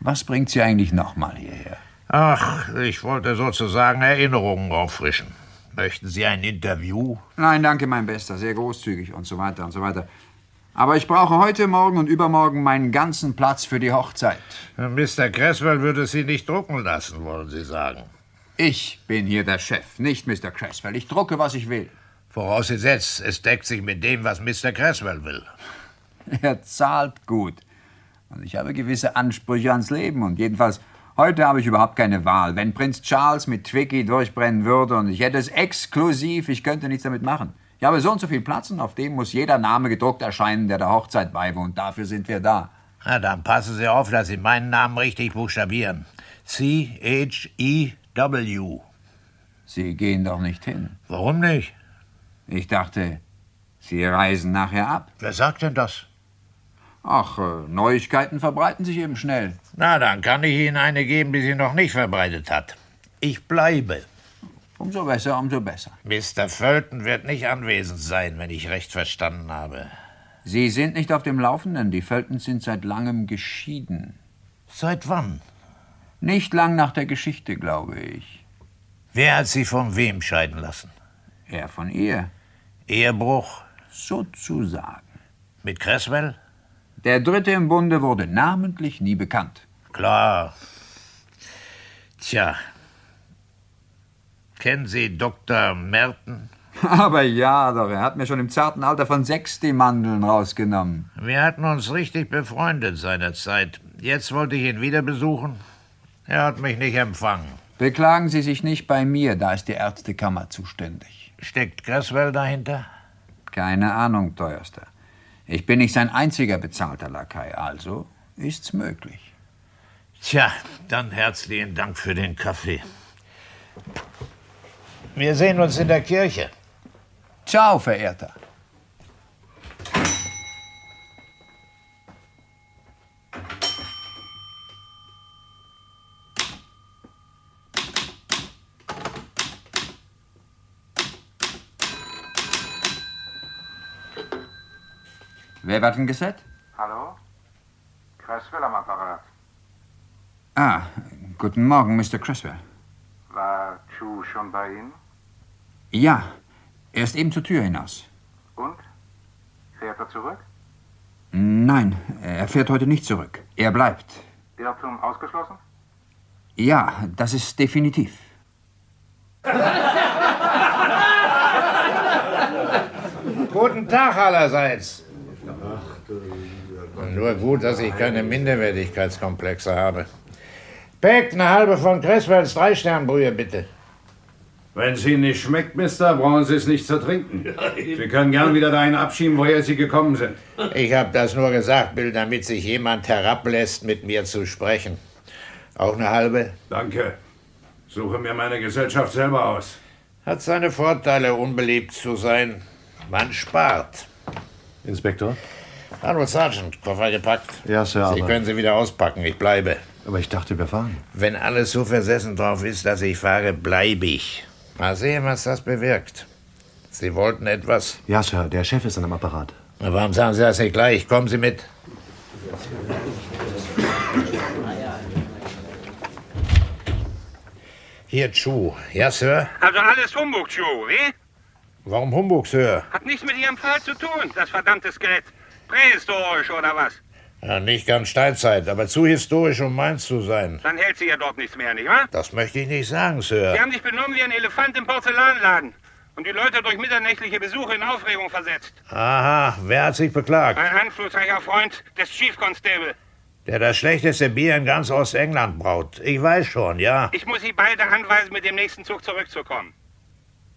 Speaker 23: was bringt Sie eigentlich nochmal hierher?
Speaker 8: Ach, ich wollte sozusagen Erinnerungen auffrischen. Möchten Sie ein Interview?
Speaker 23: Nein, danke, mein Bester. Sehr großzügig und so weiter und so weiter. Aber ich brauche heute, morgen und übermorgen meinen ganzen Platz für die Hochzeit.
Speaker 8: Mr. Cresswell würde Sie nicht drucken lassen, wollen Sie sagen.
Speaker 23: Ich bin hier der Chef, nicht Mr. Cresswell. Ich drucke, was ich will.
Speaker 8: Vorausgesetzt, es deckt sich mit dem, was Mr. Cresswell will.
Speaker 23: Er zahlt gut. Und Also ich habe gewisse Ansprüche ans Leben. Und jedenfalls, heute habe ich überhaupt keine Wahl. Wenn Prinz Charles mit Twiggy durchbrennen würde und ich hätte es exklusiv, ich könnte nichts damit machen. Ich habe so und so viel Platz und auf dem muss jeder Name gedruckt erscheinen, der der Hochzeit beiwohnt. Dafür sind wir da.
Speaker 8: Na, dann passen Sie auf, dass Sie meinen Namen richtig buchstabieren. E C-H-E-W.
Speaker 23: Sie gehen doch nicht hin.
Speaker 8: Warum nicht?
Speaker 23: Ich dachte, Sie reisen nachher ab.
Speaker 8: Wer sagt denn das?
Speaker 23: Ach, äh, Neuigkeiten verbreiten sich eben schnell.
Speaker 8: Na, dann kann ich Ihnen eine geben, die sie noch nicht verbreitet hat. Ich bleibe.
Speaker 23: Umso besser, umso besser.
Speaker 8: Mr. Fulton wird nicht anwesend sein, wenn ich recht verstanden habe.
Speaker 23: Sie sind nicht auf dem Laufenden. Die Fultons sind seit langem geschieden.
Speaker 8: Seit wann?
Speaker 23: Nicht lang nach der Geschichte, glaube ich.
Speaker 8: Wer hat sie von wem scheiden lassen?
Speaker 23: Er von ihr.
Speaker 8: Ehebruch?
Speaker 23: Sozusagen.
Speaker 8: Mit Cresswell?
Speaker 23: Der dritte im Bunde wurde namentlich nie bekannt.
Speaker 8: Klar. Tja. Kennen Sie Dr. Merten?
Speaker 23: Aber ja, doch, er hat mir schon im zarten Alter von sechs die Mandeln rausgenommen.
Speaker 8: Wir hatten uns richtig befreundet seinerzeit. Jetzt wollte ich ihn wieder besuchen. Er hat mich nicht empfangen.
Speaker 23: Beklagen Sie sich nicht bei mir, da ist die Ärztekammer zuständig.
Speaker 8: Steckt Cresswell dahinter?
Speaker 23: Keine Ahnung, teuerster. Ich bin nicht sein einziger bezahlter Lakai, also ist's möglich.
Speaker 8: Tja, dann herzlichen Dank für den Kaffee. Wir sehen uns in der Kirche.
Speaker 23: Ciao, Verehrter. Wer wird denn gesagt?
Speaker 2: Hallo? Cresswell am Apparat.
Speaker 23: Ah, guten Morgen, Mr. Creswell.
Speaker 2: War Chu schon bei Ihnen?
Speaker 23: Ja, er ist eben zur Tür hinaus.
Speaker 2: Und? Fährt er zurück?
Speaker 23: Nein, er fährt heute nicht zurück. Er bleibt.
Speaker 2: Irrtum ausgeschlossen?
Speaker 23: Ja, das ist definitiv.
Speaker 8: Guten Tag allerseits. Nur gut, dass ich keine Minderwertigkeitskomplexe habe. Beck, eine halbe von Cresswells Drei-Stern-Brühe, bitte.
Speaker 20: Wenn sie nicht schmeckt, Mister, brauchen Sie es nicht zu trinken. Sie können gern wieder dahin abschieben, woher Sie gekommen sind.
Speaker 8: Ich habe das nur gesagt, Bill, damit sich jemand herablässt, mit mir zu sprechen. Auch eine halbe?
Speaker 20: Danke. Suche mir meine Gesellschaft selber aus.
Speaker 8: Hat seine Vorteile, unbeliebt zu sein. Man spart.
Speaker 11: Inspektor?
Speaker 8: Hallo, Sergeant. Koffer gepackt.
Speaker 11: Ja, Sir,
Speaker 8: Sie
Speaker 11: aber-
Speaker 8: können sie wieder auspacken. Ich bleibe.
Speaker 11: Aber ich dachte, wir fahren.
Speaker 8: Wenn alles so versessen drauf ist, dass ich fahre, bleibe ich. Mal sehen, was das bewirkt. Sie wollten etwas.
Speaker 11: Ja, Sir, der Chef ist an dem Apparat.
Speaker 8: Na, Warum sagen Sie das nicht gleich? Kommen Sie mit. Hier, Chu. Ja, Sir?
Speaker 6: Also alles Humbug, Joe.
Speaker 8: Warum Humbug, Sir?
Speaker 6: Hat nichts mit Ihrem Fall zu tun, das verdammte Skelett. Prähistorisch oder was?
Speaker 8: Ja, nicht ganz Steinzeit, aber zu historisch, um meins zu sein.
Speaker 6: Dann hält sie ja dort nichts mehr, nicht wahr?
Speaker 8: Das möchte ich nicht sagen, Sir.
Speaker 6: Sie haben sich benommen wie ein Elefant im Porzellanladen und die Leute durch mitternächtliche Besuche in Aufregung versetzt.
Speaker 8: Aha, wer hat sich beklagt?
Speaker 6: Ein einflussreicher Freund des Chief Constable.
Speaker 8: Der das schlechteste Bier in ganz Ostengland braut. Ich weiß schon, ja.
Speaker 6: Ich muss Sie beide anweisen, mit dem nächsten Zug zurückzukommen.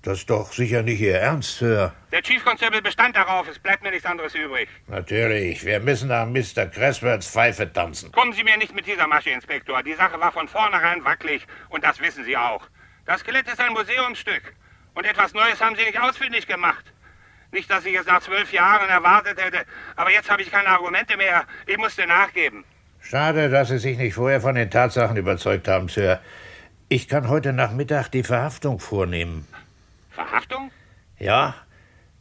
Speaker 8: Das ist doch sicher nicht Ihr Ernst, Sir.
Speaker 6: Der Chief Constable bestand darauf, es bleibt mir nichts anderes übrig.
Speaker 8: Natürlich, wir müssen nach Mr. Cresswells Pfeife tanzen.
Speaker 6: Kommen Sie mir nicht mit dieser Masche, Inspektor. Die Sache war von vornherein wackelig und das wissen Sie auch. Das Skelett ist ein Museumsstück und etwas Neues haben Sie nicht ausfindig gemacht. Nicht, dass ich es nach zwölf Jahren erwartet hätte, aber jetzt habe ich keine Argumente mehr. Ich musste nachgeben.
Speaker 8: Schade, dass Sie sich nicht vorher von den Tatsachen überzeugt haben, Sir. Ich kann heute Nachmittag die Verhaftung vornehmen.
Speaker 6: Verhaftung?
Speaker 8: Ja,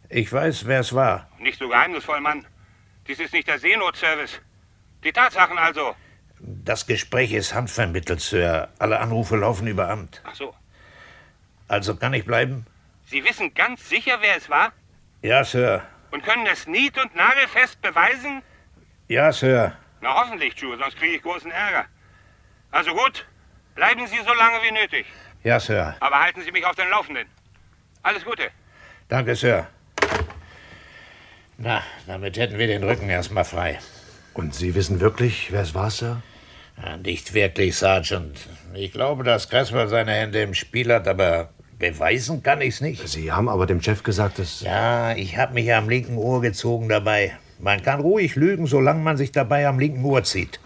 Speaker 8: ich weiß, wer es war.
Speaker 6: Nicht so geheimnisvoll, Mann. Dies ist nicht der Seenotservice. Die Tatsachen also.
Speaker 8: Das Gespräch ist handvermittelt, Sir. Alle Anrufe laufen über Amt.
Speaker 6: Ach so.
Speaker 8: Also kann ich bleiben?
Speaker 6: Sie wissen ganz sicher, wer es war
Speaker 8: Ja, Sir.
Speaker 6: und können es nied- und nagelfest beweisen?
Speaker 8: Ja, Sir.
Speaker 6: Na hoffentlich, Ju, sonst kriege ich großen Ärger. Also gut, bleiben Sie so lange wie nötig.
Speaker 8: Ja, Sir.
Speaker 6: Aber halten Sie mich auf den Laufenden. Alles Gute.
Speaker 8: Danke, Sir. Na, damit hätten wir den Rücken erstmal frei.
Speaker 11: Und Sie wissen wirklich, wer es war, Sir?
Speaker 8: Ja, Nicht wirklich, Sergeant. Ich glaube, dass Cresswell seine Hände im Spiel hat, aber beweisen kann ich's nicht.
Speaker 11: Sie haben aber dem Chef gesagt, dass...
Speaker 8: Ja, ich habe mich am linken Ohr gezogen dabei. Man kann ruhig lügen, solange man sich dabei am linken Ohr zieht.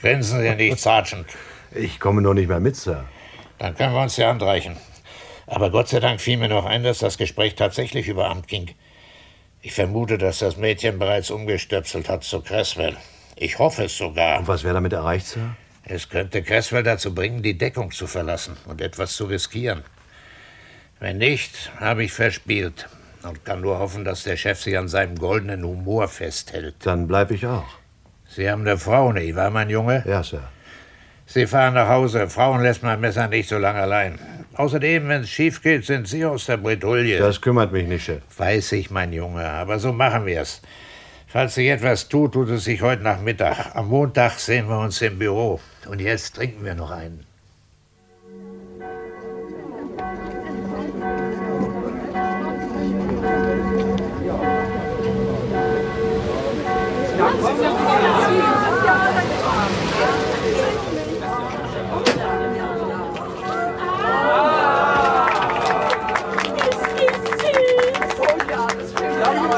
Speaker 8: Grinsen Sie nicht, Sergeant.
Speaker 11: Ich komme nur nicht mehr mit, Sir.
Speaker 8: Dann können wir uns ja anreichen. Aber Gott sei Dank fiel mir noch ein, dass das Gespräch tatsächlich über Amt ging. Ich vermute, dass das Mädchen bereits umgestöpselt hat zu Cresswell. Ich hoffe es sogar.
Speaker 11: Und was wäre damit erreicht, Sir?
Speaker 8: Es könnte Cresswell dazu bringen, die Deckung zu verlassen und etwas zu riskieren. Wenn nicht, habe ich verspielt und kann nur hoffen, dass der Chef sich an seinem goldenen Humor festhält.
Speaker 11: Dann bleibe ich auch.
Speaker 8: Sie haben eine Frau, nicht wahr, mein Junge?
Speaker 11: Ja, Sir.
Speaker 8: Sie fahren nach Hause. Frauen lässt man Messer nicht so lange allein. Außerdem, wenn es schief geht, sind Sie aus der Bredouille.
Speaker 11: Das kümmert mich nicht, Chef.
Speaker 8: Weiß ich, mein Junge, aber so machen wir es. Falls sich etwas tut, tut es sich heute Nachmittag. Am Montag sehen wir uns im Büro. Und jetzt trinken wir noch einen.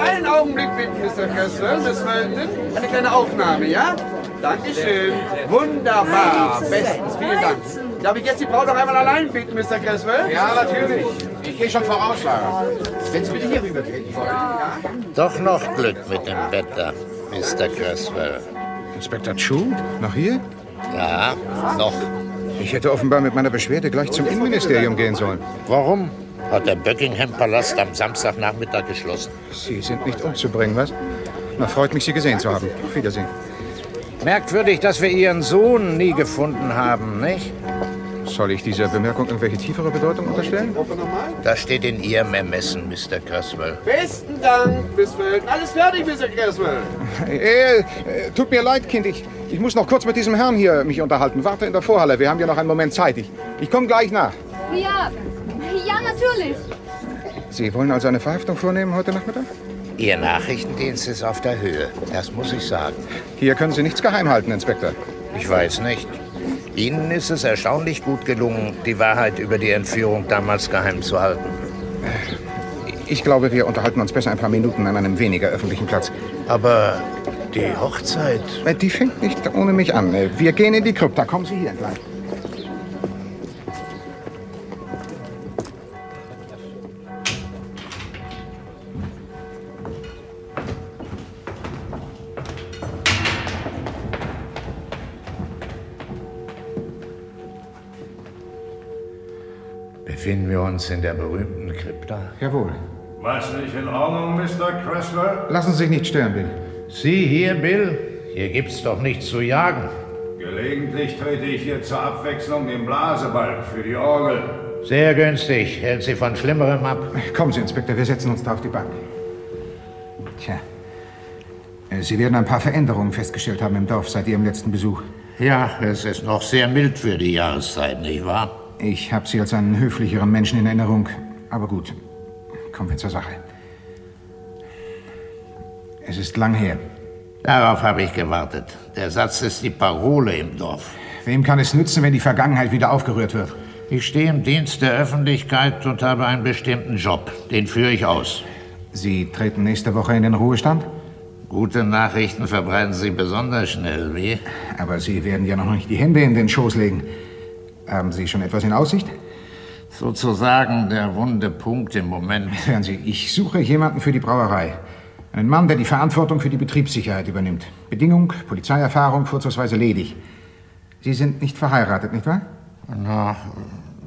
Speaker 9: Einen Augenblick bitte, Mr.
Speaker 12: Gäste, Miss Wellington. Eine kleine Aufnahme, ja? Dankeschön. Wunderbar. Bestens, vielen Dank. Darf ich jetzt die Braut noch einmal allein bitten, Mr. Creswell?
Speaker 9: Ja, natürlich. Ich gehe schon voraus, Sarah. Wenn Sie bitte hier rüber treten wollen.
Speaker 8: Doch noch Glück mit dem Wetter, Mr. Creswell.
Speaker 9: Inspektor Chu, noch hier?
Speaker 8: Ja, noch.
Speaker 9: Ich hätte offenbar mit meiner Beschwerde gleich zum Innenministerium gehen sollen.
Speaker 8: Warum? Hat der Buckingham-Palast am Samstagnachmittag geschlossen.
Speaker 9: Sie sind nicht umzubringen, was? Na, freut mich, Sie gesehen zu haben. Auf Wiedersehen.
Speaker 8: Merkwürdig, dass wir Ihren Sohn nie gefunden haben, nicht?
Speaker 9: Soll ich dieser Bemerkung irgendwelche tiefere Bedeutung unterstellen?
Speaker 8: Das steht in Ihrem Ermessen, Mr. Creswell.
Speaker 12: Besten Dank, Miss Wellington. Alles fertig, Mr. Creswell.
Speaker 9: Äh, äh, tut mir leid, Kind. Ich, ich muss noch kurz mit diesem Herrn hier mich unterhalten. Warte in der Vorhalle. Wir haben ja noch einen Moment Zeit. Ich, ich komme gleich nach.
Speaker 24: Ja, ja, natürlich.
Speaker 9: Sie wollen also eine Verhaftung vornehmen heute Nachmittag?
Speaker 8: Ihr Nachrichtendienst ist auf der Höhe, das muss ich sagen.
Speaker 9: Hier können Sie nichts geheim halten, Inspektor.
Speaker 8: Ich weiß nicht. Ihnen ist es erstaunlich gut gelungen, die Wahrheit über die Entführung damals geheim zu halten.
Speaker 9: Ich glaube, wir unterhalten uns besser ein paar Minuten an einem weniger öffentlichen Platz.
Speaker 8: Aber die Hochzeit.
Speaker 9: Äh, Die fängt nicht ohne mich an. Äh, Wir gehen in die Krypta. Kommen Sie hier entlang.
Speaker 8: Befinden wir uns in der berühmten Krypta?
Speaker 9: Jawohl.
Speaker 20: Was nicht in Ordnung, Mr. Cressler?
Speaker 9: Lassen Sie sich nicht stören, Bill.
Speaker 8: Sie hier, Bill? Hier gibt's doch nichts zu jagen.
Speaker 20: Gelegentlich trete ich hier zur Abwechslung den Blasebalg für die Orgel.
Speaker 8: Sehr günstig. Hält Sie von Schlimmerem ab.
Speaker 9: Kommen Sie, Inspektor. Wir setzen uns da auf die Bank. Tja. Äh, Sie werden ein paar Veränderungen festgestellt haben im Dorf seit Ihrem letzten Besuch.
Speaker 8: Ja, es ist noch sehr mild für die Jahreszeit, nicht wahr?
Speaker 9: Ich habe Sie als einen höflicheren Menschen in Erinnerung. Aber gut, kommen wir zur Sache. Es ist lang her.
Speaker 8: Darauf habe ich gewartet. Der Satz ist die Parole im Dorf.
Speaker 9: Wem kann es nützen, wenn die Vergangenheit wieder aufgerührt wird?
Speaker 8: Ich stehe im Dienst der Öffentlichkeit und habe einen bestimmten Job. Den führe ich aus.
Speaker 9: Sie treten nächste Woche in den Ruhestand?
Speaker 8: Gute Nachrichten verbreiten Sie besonders schnell, wie?
Speaker 9: Aber Sie werden ja noch nicht die Hände in den Schoß legen. Haben Sie schon etwas in Aussicht?
Speaker 8: Sozusagen der wunde Punkt im Moment.
Speaker 9: Hören Sie, ich suche jemanden für die Brauerei. Einen Mann, der die Verantwortung für die Betriebssicherheit übernimmt. Bedingung, Polizeierfahrung, vorzugsweise ledig. Sie sind nicht verheiratet, nicht wahr?
Speaker 8: Na,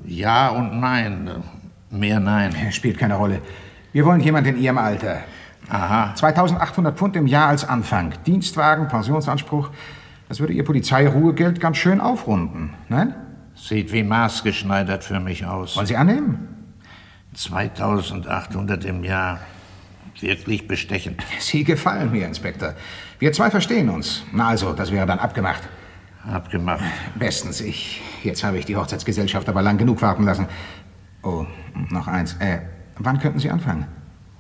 Speaker 8: ja und nein. Mehr nein.
Speaker 9: Äh, Spielt keine Rolle. Wir wollen jemanden in Ihrem Alter.
Speaker 8: Aha.
Speaker 9: 2800 Pfund im Jahr als Anfang. Dienstwagen, Pensionsanspruch. Das würde Ihr Polizeiruhegeld ganz schön aufrunden. ne? Nein?
Speaker 8: Sieht wie maßgeschneidert für mich aus.
Speaker 9: Wollen Sie annehmen?
Speaker 8: 2800 im Jahr. Wirklich bestechend.
Speaker 9: Sie gefallen mir, Inspektor. Wir zwei verstehen uns. Na also, das wäre dann abgemacht.
Speaker 8: Abgemacht.
Speaker 9: Bestens ich. Jetzt habe ich die Hochzeitsgesellschaft aber lang genug warten lassen. Oh, noch eins. Äh, wann könnten Sie anfangen?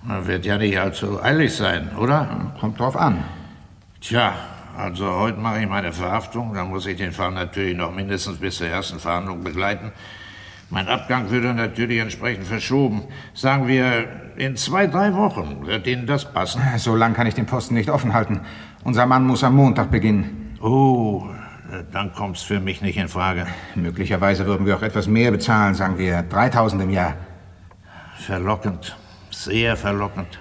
Speaker 8: Na, Wird ja nicht allzu eilig sein, oder?
Speaker 9: Kommt drauf an.
Speaker 8: Tja, also heute mache ich meine Verhaftung. Dann muss ich den Fall natürlich noch mindestens bis zur ersten Verhandlung begleiten. Mein Abgang würde natürlich entsprechend verschoben. Sagen wir, in zwei, drei Wochen wird Ihnen das passen.
Speaker 9: So lang kann ich den Posten nicht offen halten. Unser Mann muss am Montag beginnen.
Speaker 8: Oh, dann kommt's für mich nicht in Frage.
Speaker 9: Möglicherweise würden wir auch etwas mehr bezahlen, sagen wir 3000 im Jahr.
Speaker 8: Verlockend, sehr verlockend.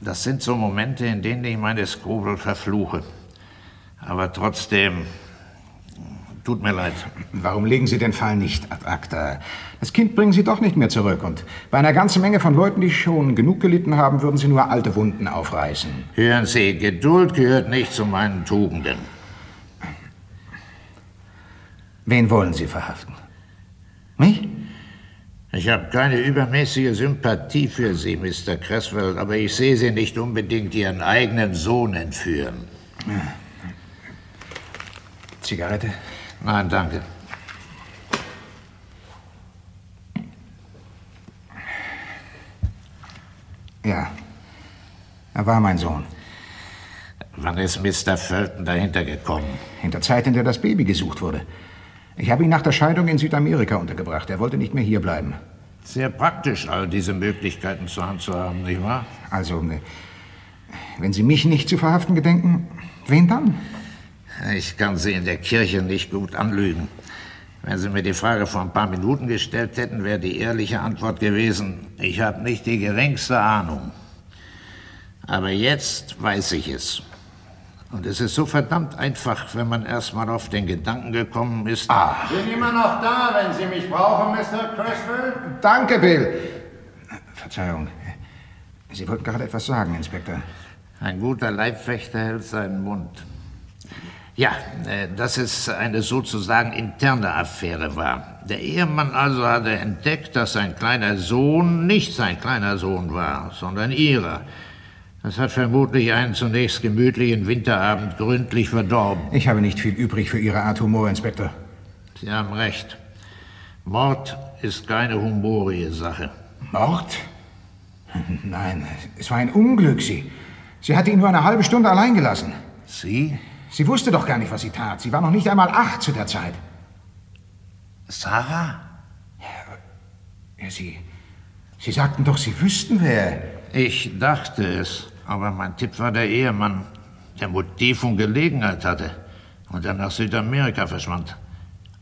Speaker 8: Das sind so Momente, in denen ich meine Skrupel verfluche. Aber trotzdem, tut mir leid.
Speaker 9: Warum legen Sie den Fall nicht ad acta? Das Kind bringen Sie doch nicht mehr zurück. Und bei einer ganzen Menge von Leuten, die schon genug gelitten haben, würden Sie nur alte Wunden aufreißen.
Speaker 8: Hören Sie, Geduld gehört nicht zu meinen Tugenden.
Speaker 9: Wen wollen Sie verhaften?
Speaker 8: Mich? Ich habe keine übermäßige Sympathie für Sie, Mr. Cresswell, aber ich sehe Sie nicht unbedingt Ihren eigenen Sohn entführen.
Speaker 9: Zigarette?
Speaker 8: Nein, danke.
Speaker 9: Ja. Er war mein Sohn.
Speaker 8: Wann ist Mr. Felton dahinter gekommen?
Speaker 9: In der Zeit, in der das Baby gesucht wurde. Ich habe ihn nach der Scheidung in Südamerika untergebracht. Er wollte nicht mehr hier bleiben. um
Speaker 8: Sehr praktisch, all diese Möglichkeiten zur Hand zu haben, nicht wahr?
Speaker 9: Also, ne, Wenn Sie mich nicht zu verhaften gedenken, wen dann?
Speaker 8: Ich kann Sie in der Kirche nicht gut anlügen. Wenn Sie mir die Frage vor ein paar Minuten gestellt hätten, wäre die ehrliche Antwort gewesen, ich habe nicht die geringste Ahnung. Aber jetzt weiß ich es. Und es ist so verdammt einfach, wenn man erst mal auf den Gedanken gekommen ist. Ah,
Speaker 20: Bin immer noch da, wenn Sie mich brauchen, Mr. Criswell?
Speaker 9: Danke, Bill. Verzeihung. Sie wollten gerade etwas sagen, Inspektor.
Speaker 8: ein guter Leibwächter hält seinen Mund. Ja, äh, dass es eine sozusagen interne Affäre war. Der Ehemann also hatte entdeckt, dass sein kleiner Sohn nicht sein kleiner Sohn war, sondern ihrer. Das hat vermutlich einen zunächst gemütlichen Winterabend gründlich verdorben.
Speaker 9: Ich habe nicht viel übrig für Ihre Art Humor, Inspektor.
Speaker 8: Sie haben recht. Mord ist keine humorige Sache.
Speaker 9: Mord? Nein, es war ein Unglück, Sie. Sie hatte ihn nur eine halbe Stunde allein gelassen.
Speaker 8: Sie?
Speaker 9: Sie wusste doch gar nicht, was sie tat. Sie war noch nicht einmal acht zu der Zeit.
Speaker 8: Sarah?
Speaker 9: Ja, Sie. Sie sagten doch, Sie wüssten wer.
Speaker 8: Ich dachte es, aber mein Tipp war der Ehemann, der Motiv und Gelegenheit hatte und dann nach Südamerika verschwand.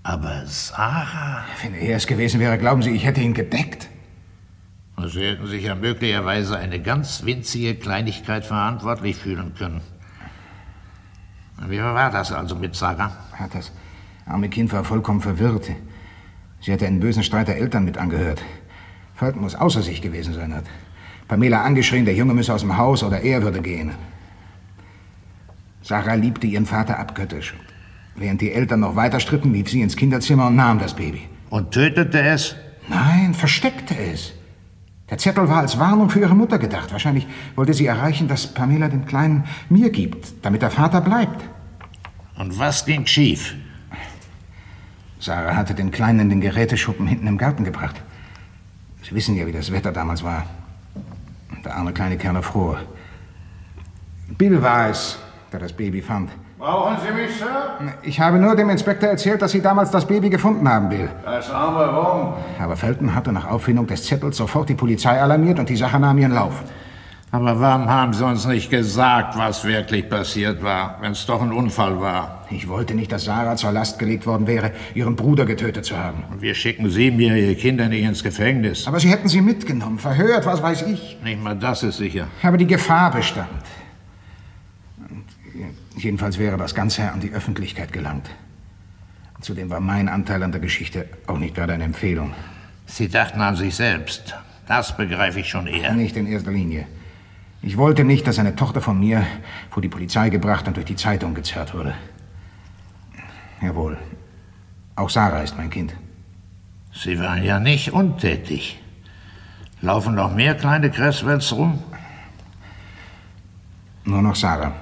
Speaker 8: Aber Sarah?
Speaker 9: Wenn er es gewesen wäre, glauben Sie, ich hätte ihn gedeckt?
Speaker 8: Also Sie hätten sich ja möglicherweise eine ganz winzige Kleinigkeit verantwortlich fühlen können. Wie war das also mit Sarah?
Speaker 9: Hat das arme Kind war vollkommen verwirrt. Sie hatte einen bösen Streit der Eltern mit angehört. Fulton muss außer sich gewesen sein, hat Pamela angeschrien, der Junge müsse aus dem Haus oder er würde gehen. Sarah liebte ihren Vater abgöttisch. Während die Eltern noch weiter stritten, lief sie ins Kinderzimmer und nahm das Baby.
Speaker 8: Und tötete es?
Speaker 9: Nein, versteckte es. Der Zettel war als Warnung für ihre Mutter gedacht. Wahrscheinlich wollte sie erreichen, dass Pamela den Kleinen mir gibt, damit der Vater bleibt.
Speaker 8: Und was ging schief?
Speaker 9: Sarah hatte den Kleinen in den Geräteschuppen hinten im Garten gebracht. Sie wissen ja, wie das Wetter damals war. Der arme kleine Kerl erfror. Bill war es, der das Baby fand.
Speaker 20: Brauchen Sie mich, Sir?
Speaker 9: Ich habe nur dem Inspektor erzählt, dass Sie damals das Baby gefunden haben, Bill.
Speaker 20: Das arme Wurm.
Speaker 9: Aber Felton hatte nach Auffindung des Zettels sofort die Polizei alarmiert und die Sache nahm ihren Lauf.
Speaker 8: Aber warum haben Sie uns nicht gesagt, was wirklich passiert war, wenn es doch ein Unfall war?
Speaker 9: Ich wollte nicht, dass Sarah zur Last gelegt worden wäre, ihren Bruder getötet zu haben.
Speaker 8: Und wir schicken siebenjährige Kinder nicht ins Gefängnis.
Speaker 9: Aber Sie hätten sie mitgenommen, verhört, was weiß ich.
Speaker 8: Nicht mal das ist sicher.
Speaker 9: Aber die Gefahr bestand. Und jedenfalls wäre das Ganze an die Öffentlichkeit gelangt. Zudem war mein Anteil an der Geschichte auch nicht gerade eine Empfehlung.
Speaker 8: Sie dachten an sich selbst. Das begreife ich schon eher.
Speaker 9: Nicht in erster Linie. Ich wollte nicht, dass eine Tochter von mir vor die Polizei gebracht und durch die Zeitung gezerrt wurde. Jawohl. Auch Sarah ist mein Kind.
Speaker 8: Sie waren ja nicht untätig. Laufen noch mehr kleine Cresswells rum?
Speaker 9: Nur noch Sarah.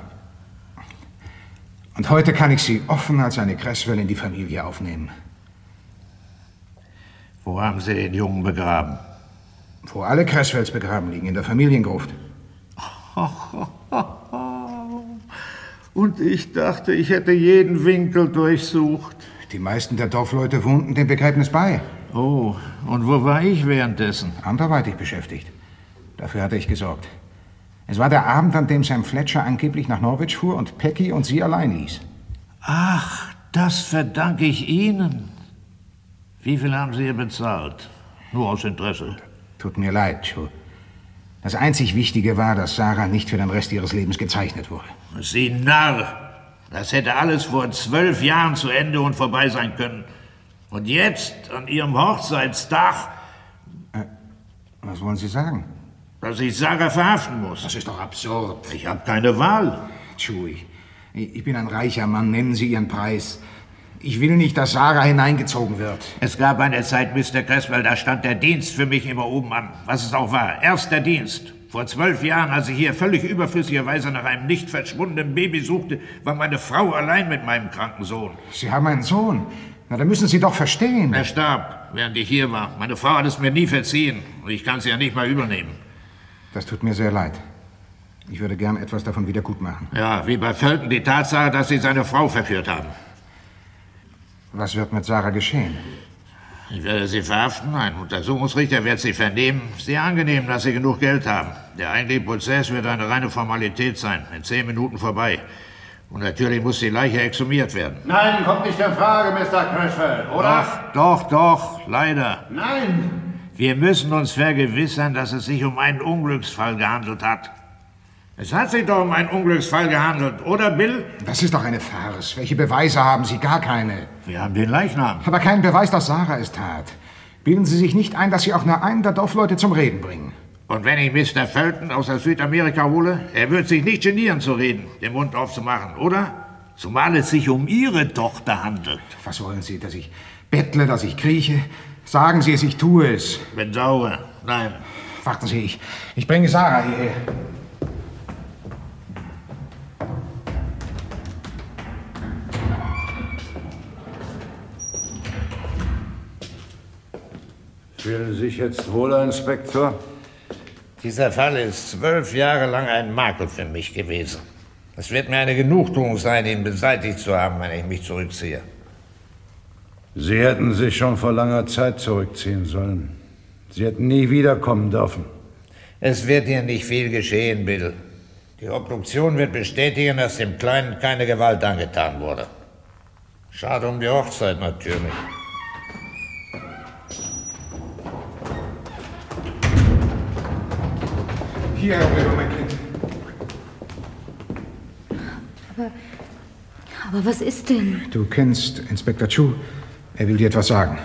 Speaker 9: Und heute kann ich sie offen als eine Cresswell in die Familie aufnehmen.
Speaker 8: Wo haben Sie den Jungen begraben?
Speaker 9: Wo alle Cresswells begraben liegen, in der Familiengruft.
Speaker 8: Und ich dachte, ich hätte jeden Winkel durchsucht.
Speaker 9: Die meisten der Dorfleute wohnten dem Begräbnis bei.
Speaker 8: Oh, und wo war ich währenddessen?
Speaker 9: Anderweitig beschäftigt. Dafür hatte ich gesorgt. Es war der Abend, an dem Sam Fletcher angeblich nach Norwich fuhr und Peggy und sie allein ließ.
Speaker 8: Ach, das verdanke ich Ihnen. Wie viel haben Sie ihr bezahlt? Nur aus Interesse.
Speaker 9: Tut mir leid, Joe. Das einzig Wichtige war, dass Sarah nicht für den Rest ihres Lebens gezeichnet wurde.
Speaker 8: Sie Narr! Das hätte alles vor zwölf Jahren zu Ende und vorbei sein können. Und jetzt, an Ihrem Hochzeitstag,
Speaker 9: Äh, Was wollen Sie sagen?
Speaker 8: dass ich Sarah verhaften muss.
Speaker 9: Das ist doch absurd.
Speaker 8: Ich habe keine Wahl.
Speaker 9: Chewie, ich bin ein reicher Mann, nennen Sie Ihren Preis. Ich will nicht, dass Sarah hineingezogen wird.
Speaker 8: Es gab eine Zeit, Mr. Creswell, da stand der Dienst für mich immer oben an. Was es auch war. Erst der Dienst. Vor zwölf Jahren, als ich hier völlig überflüssigerweise nach einem nicht verschwundenen Baby suchte, war meine Frau allein mit meinem kranken Sohn.
Speaker 9: Sie haben einen Sohn. Na, da müssen Sie doch verstehen.
Speaker 8: Er starb, während ich hier war. Meine Frau hat es mir nie verziehen. Und ich kann es ja nicht mal übernehmen.
Speaker 9: Das tut mir sehr leid. Ich würde gern etwas davon wieder gut machen.
Speaker 8: Ja, wie bei Felton die Tatsache, dass sie seine Frau verführt haben.
Speaker 9: Was wird mit Sarah geschehen?
Speaker 8: Ich werde Sie verhaften. Ein Untersuchungsrichter wird Sie vernehmen. Sehr angenehm, dass Sie genug Geld haben. Der eigentliche Prozess wird eine reine Formalität sein. In zehn Minuten vorbei. Und natürlich muss die Leiche exhumiert werden.
Speaker 25: Nein, kommt nicht in Frage, Mr. Crashfeld, oder?
Speaker 8: Doch, doch, doch, leider.
Speaker 25: Nein!
Speaker 8: Wir müssen uns vergewissern, dass es sich um einen Unglücksfall gehandelt hat. Es hat sich doch um einen Unglücksfall gehandelt, oder Bill?
Speaker 9: Das ist doch eine Farce. Welche Beweise haben Sie? Gar keine.
Speaker 8: Wir haben den Leichnam.
Speaker 9: Aber keinen Beweis, dass Sarah es tat. Bilden Sie sich nicht ein, dass Sie auch nur einen der Dorfleute zum Reden bringen.
Speaker 8: Und wenn ich Mr. Felton aus Südamerika hole, er wird sich nicht genieren zu reden, den Mund aufzumachen, oder? Zumal es sich um Ihre Tochter handelt.
Speaker 9: Was wollen Sie, dass ich bettle, dass ich krieche? Sagen Sie es, ich tue es.
Speaker 8: Bin sauer. Nein.
Speaker 9: Warten Sie, ich, ich bringe Sarah hierher.
Speaker 20: Fühlen Sie sich jetzt wohl, Herr Inspektor?
Speaker 8: Dieser Fall ist zwölf Jahre lang ein Makel für mich gewesen. Es wird mir eine Genugtuung sein, ihn beseitigt zu haben, wenn ich mich zurückziehe.
Speaker 20: Sie hätten sich schon vor langer Zeit zurückziehen sollen. Sie hätten nie wiederkommen dürfen.
Speaker 8: Es wird hier nicht viel geschehen, Bill. Die Obduktion wird bestätigen, dass dem Kleinen keine Gewalt angetan wurde. Schade um die Hochzeit natürlich.
Speaker 9: Hier, Herr Weber, mein Kind.
Speaker 5: Aber, aber was ist denn?
Speaker 9: Du kennst Inspektor Chu. Er will dir etwas sagen.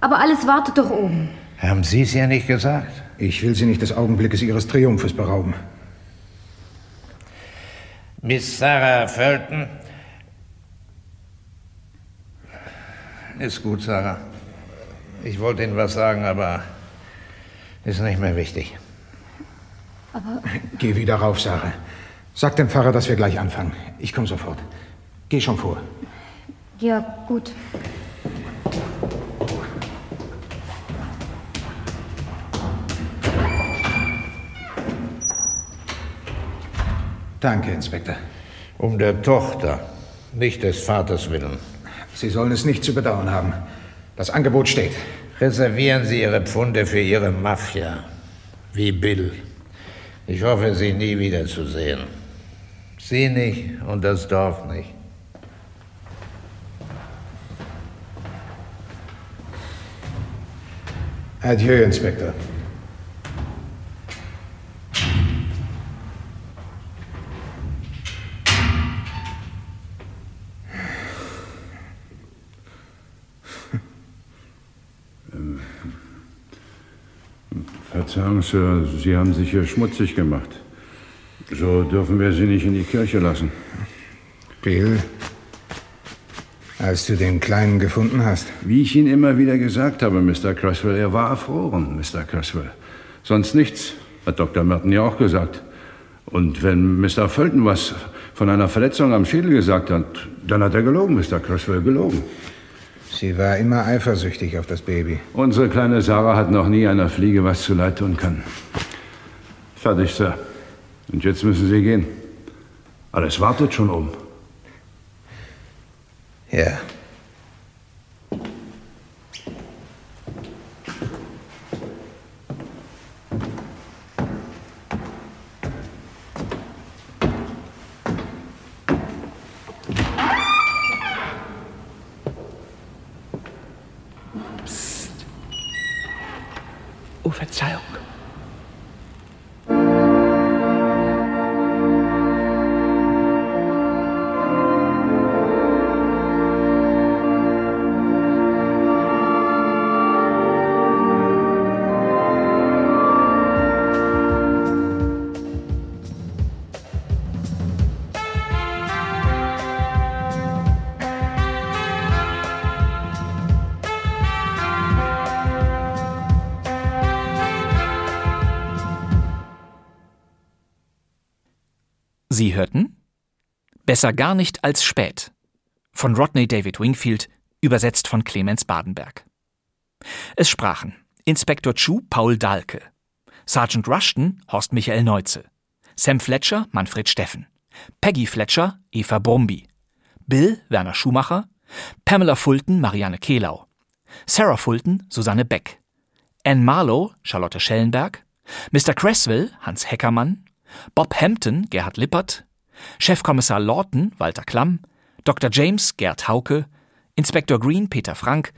Speaker 5: Aber alles wartet doch oben.
Speaker 8: Haben Sie es ihr nicht gesagt?
Speaker 9: Ich will Sie nicht des Augenblickes Ihres Triumphes berauben.
Speaker 8: Miss Sarah Felton. Ist gut, Sarah. Ich wollte Ihnen was sagen, aber ist nicht mehr wichtig.
Speaker 5: Aber
Speaker 9: Geh wieder rauf, Sarah. Sag dem Pfarrer, dass wir gleich anfangen. Ich komme sofort. Geh schon vor.
Speaker 5: ja, gut.
Speaker 9: Danke, Inspektor.
Speaker 8: Um der Tochter, nicht des Vaters willen.
Speaker 9: Sie sollen es nicht zu bedauern haben. Das Angebot steht.
Speaker 8: Reservieren Sie Ihre Pfunde für Ihre Mafia. Wie Bill. Ich hoffe, Sie nie wiederzusehen. Sie nicht und das Dorf nicht.
Speaker 9: Adieu, Inspektor.
Speaker 20: Verzeihung, Sir, Sie haben sich hier schmutzig gemacht. So dürfen wir Sie nicht in die Kirche lassen.
Speaker 9: Bill, als du den Kleinen gefunden hast.
Speaker 20: Wie ich Ihnen immer wieder gesagt habe, Mr. Creswell, er war erfroren, Mr. Creswell. Sonst nichts, hat Dr. Merton ja auch gesagt. Und wenn Mr. Fulton was von einer Verletzung am Schädel gesagt hat, dann hat er gelogen, Mr. Creswell, gelogen.
Speaker 9: Sie war immer eifersüchtig auf das Baby.
Speaker 20: Unsere kleine Sarah hat noch nie einer Fliege was zuleid tun können. Fertig, Sir. Und jetzt müssen Sie gehen. Alles wartet schon um.
Speaker 8: Ja.
Speaker 26: Oh, Verzeihung.
Speaker 1: Sie hörten Besser gar nicht als spät von Rodney David Wingfield, übersetzt von Clemens Badenberg. Es sprachen Inspektor Chu Paul Dahlke, Sergeant Rushton Horst Michael Neuze, Sam Fletcher Manfred Steffen, Peggy Fletcher Eva Brumby, Bill Werner Schumacher, Pamela Fulton Marianne Kehlau, Sarah Fulton, Susanne Beck, Anne Marlow, Charlotte Schellenberg, Mr. Cresswell, Hans Heckermann, Bob Hampton, Gerhard Lippert, Chefkommissar Lawton, Walter Klamm, Dr. James, Gerd Hauke, Inspektor Green, Peter Frank,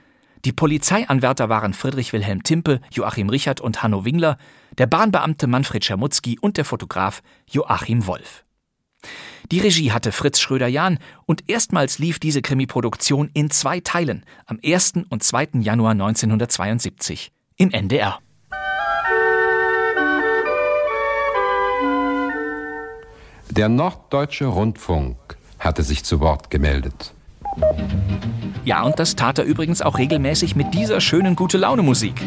Speaker 1: die Polizeianwärter waren Friedrich Wilhelm Timpe, Joachim Richard und Hanno Wingler, der Bahnbeamte Manfred Schermutzki und der Fotograf Joachim Wolf. Die Regie hatte Fritz Schröder-Jahn und erstmals lief diese Krimiproduktion in zwei Teilen am 1. und 2. Januar 1972 im NDR.
Speaker 12: Der Norddeutsche Rundfunk hatte sich zu Wort gemeldet.
Speaker 1: Ja, und das tat er übrigens auch regelmäßig mit dieser schönen gute Laune Musik.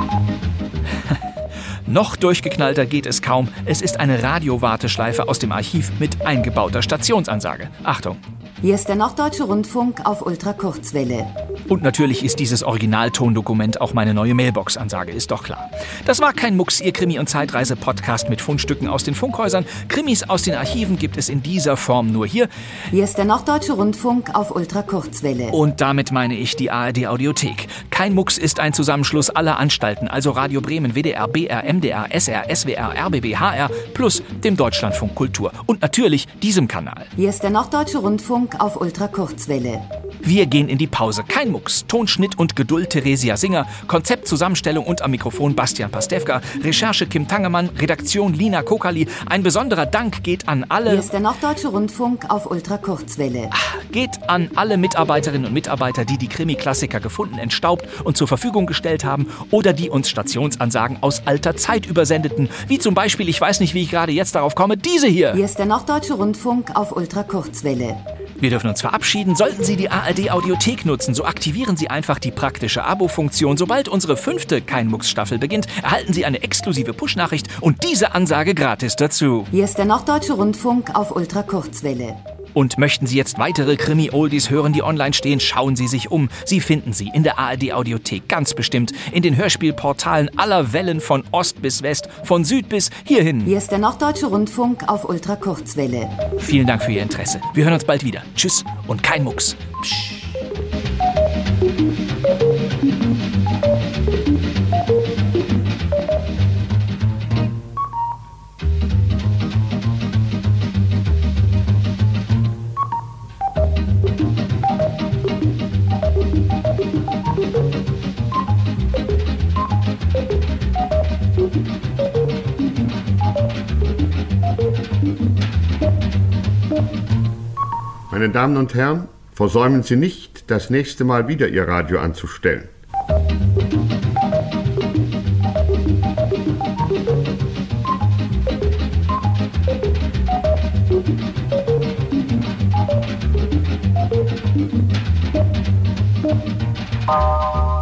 Speaker 1: Noch durchgeknallter geht es kaum. Es ist eine Radiowarteschleife aus dem Archiv mit eingebauter Stationsansage. Achtung.
Speaker 13: Hier ist der Norddeutsche Rundfunk auf Ultrakurzwelle.
Speaker 1: Und natürlich ist dieses Originaltondokument auch meine neue Mailbox-Ansage, ist doch klar. Das war kein Mucks, ihr Krimi- und Zeitreise-Podcast mit Fundstücken aus den Funkhäusern. Krimis aus den Archiven gibt es in dieser Form nur hier.
Speaker 13: Hier ist der Norddeutsche Rundfunk auf Ultrakurzwelle.
Speaker 1: Und damit meine ich die ARD-Audiothek. Kein Mucks ist ein Zusammenschluss aller Anstalten, also Radio Bremen, WDR, BR, MDR, SR, SWR, RBB, HR plus dem Deutschlandfunk Kultur. Und natürlich diesem Kanal.
Speaker 13: Hier ist der Norddeutsche Rundfunk auf Ultrakurzwelle.
Speaker 1: Wir gehen in die Pause. Kein Mucks. Tonschnitt und Geduld Theresia Singer. Konzept, Zusammenstellung und am Mikrofon Bastian Pastewka. Recherche Kim Tangemann. Redaktion Lina Kokali. Ein besonderer Dank geht an alle.
Speaker 13: Hier ist der Norddeutsche Rundfunk auf Ultrakurzwelle.
Speaker 1: Geht an alle Mitarbeiterinnen und Mitarbeiter, die die Krimi-Klassiker gefunden, entstaubt und zur Verfügung gestellt haben oder die uns Stationsansagen aus alter Zeit übersendeten. Wie zum Beispiel, ich weiß nicht, wie ich gerade jetzt darauf komme, diese hier.
Speaker 13: Hier ist der Norddeutsche Rundfunk auf Ultrakurzwelle.
Speaker 1: Wir dürfen uns verabschieden. Sollten Sie die ARD-Audiothek nutzen, so aktivieren Sie einfach die praktische Abo-Funktion. Sobald unsere fünfte Kein-Mucks-Staffel beginnt, erhalten Sie eine exklusive Push-Nachricht und diese Ansage gratis dazu.
Speaker 13: Hier ist der Norddeutsche Rundfunk auf Ultrakurzwelle.
Speaker 1: Und möchten Sie jetzt weitere Krimi-Oldies hören, die online stehen, schauen Sie sich um. Sie finden sie in der ARD-Audiothek ganz bestimmt, in den Hörspielportalen aller Wellen von Ost bis West, von Süd bis hierhin.
Speaker 13: Hier ist der Norddeutsche Rundfunk auf Ultrakurzwelle.
Speaker 1: Vielen Dank für Ihr Interesse. Wir hören uns bald wieder. Tschüss und kein Mucks. Psch.
Speaker 14: Meine Damen und Herren, versäumen Sie nicht, das nächste Mal wieder Ihr Radio anzustellen.
Speaker 15: Thank you.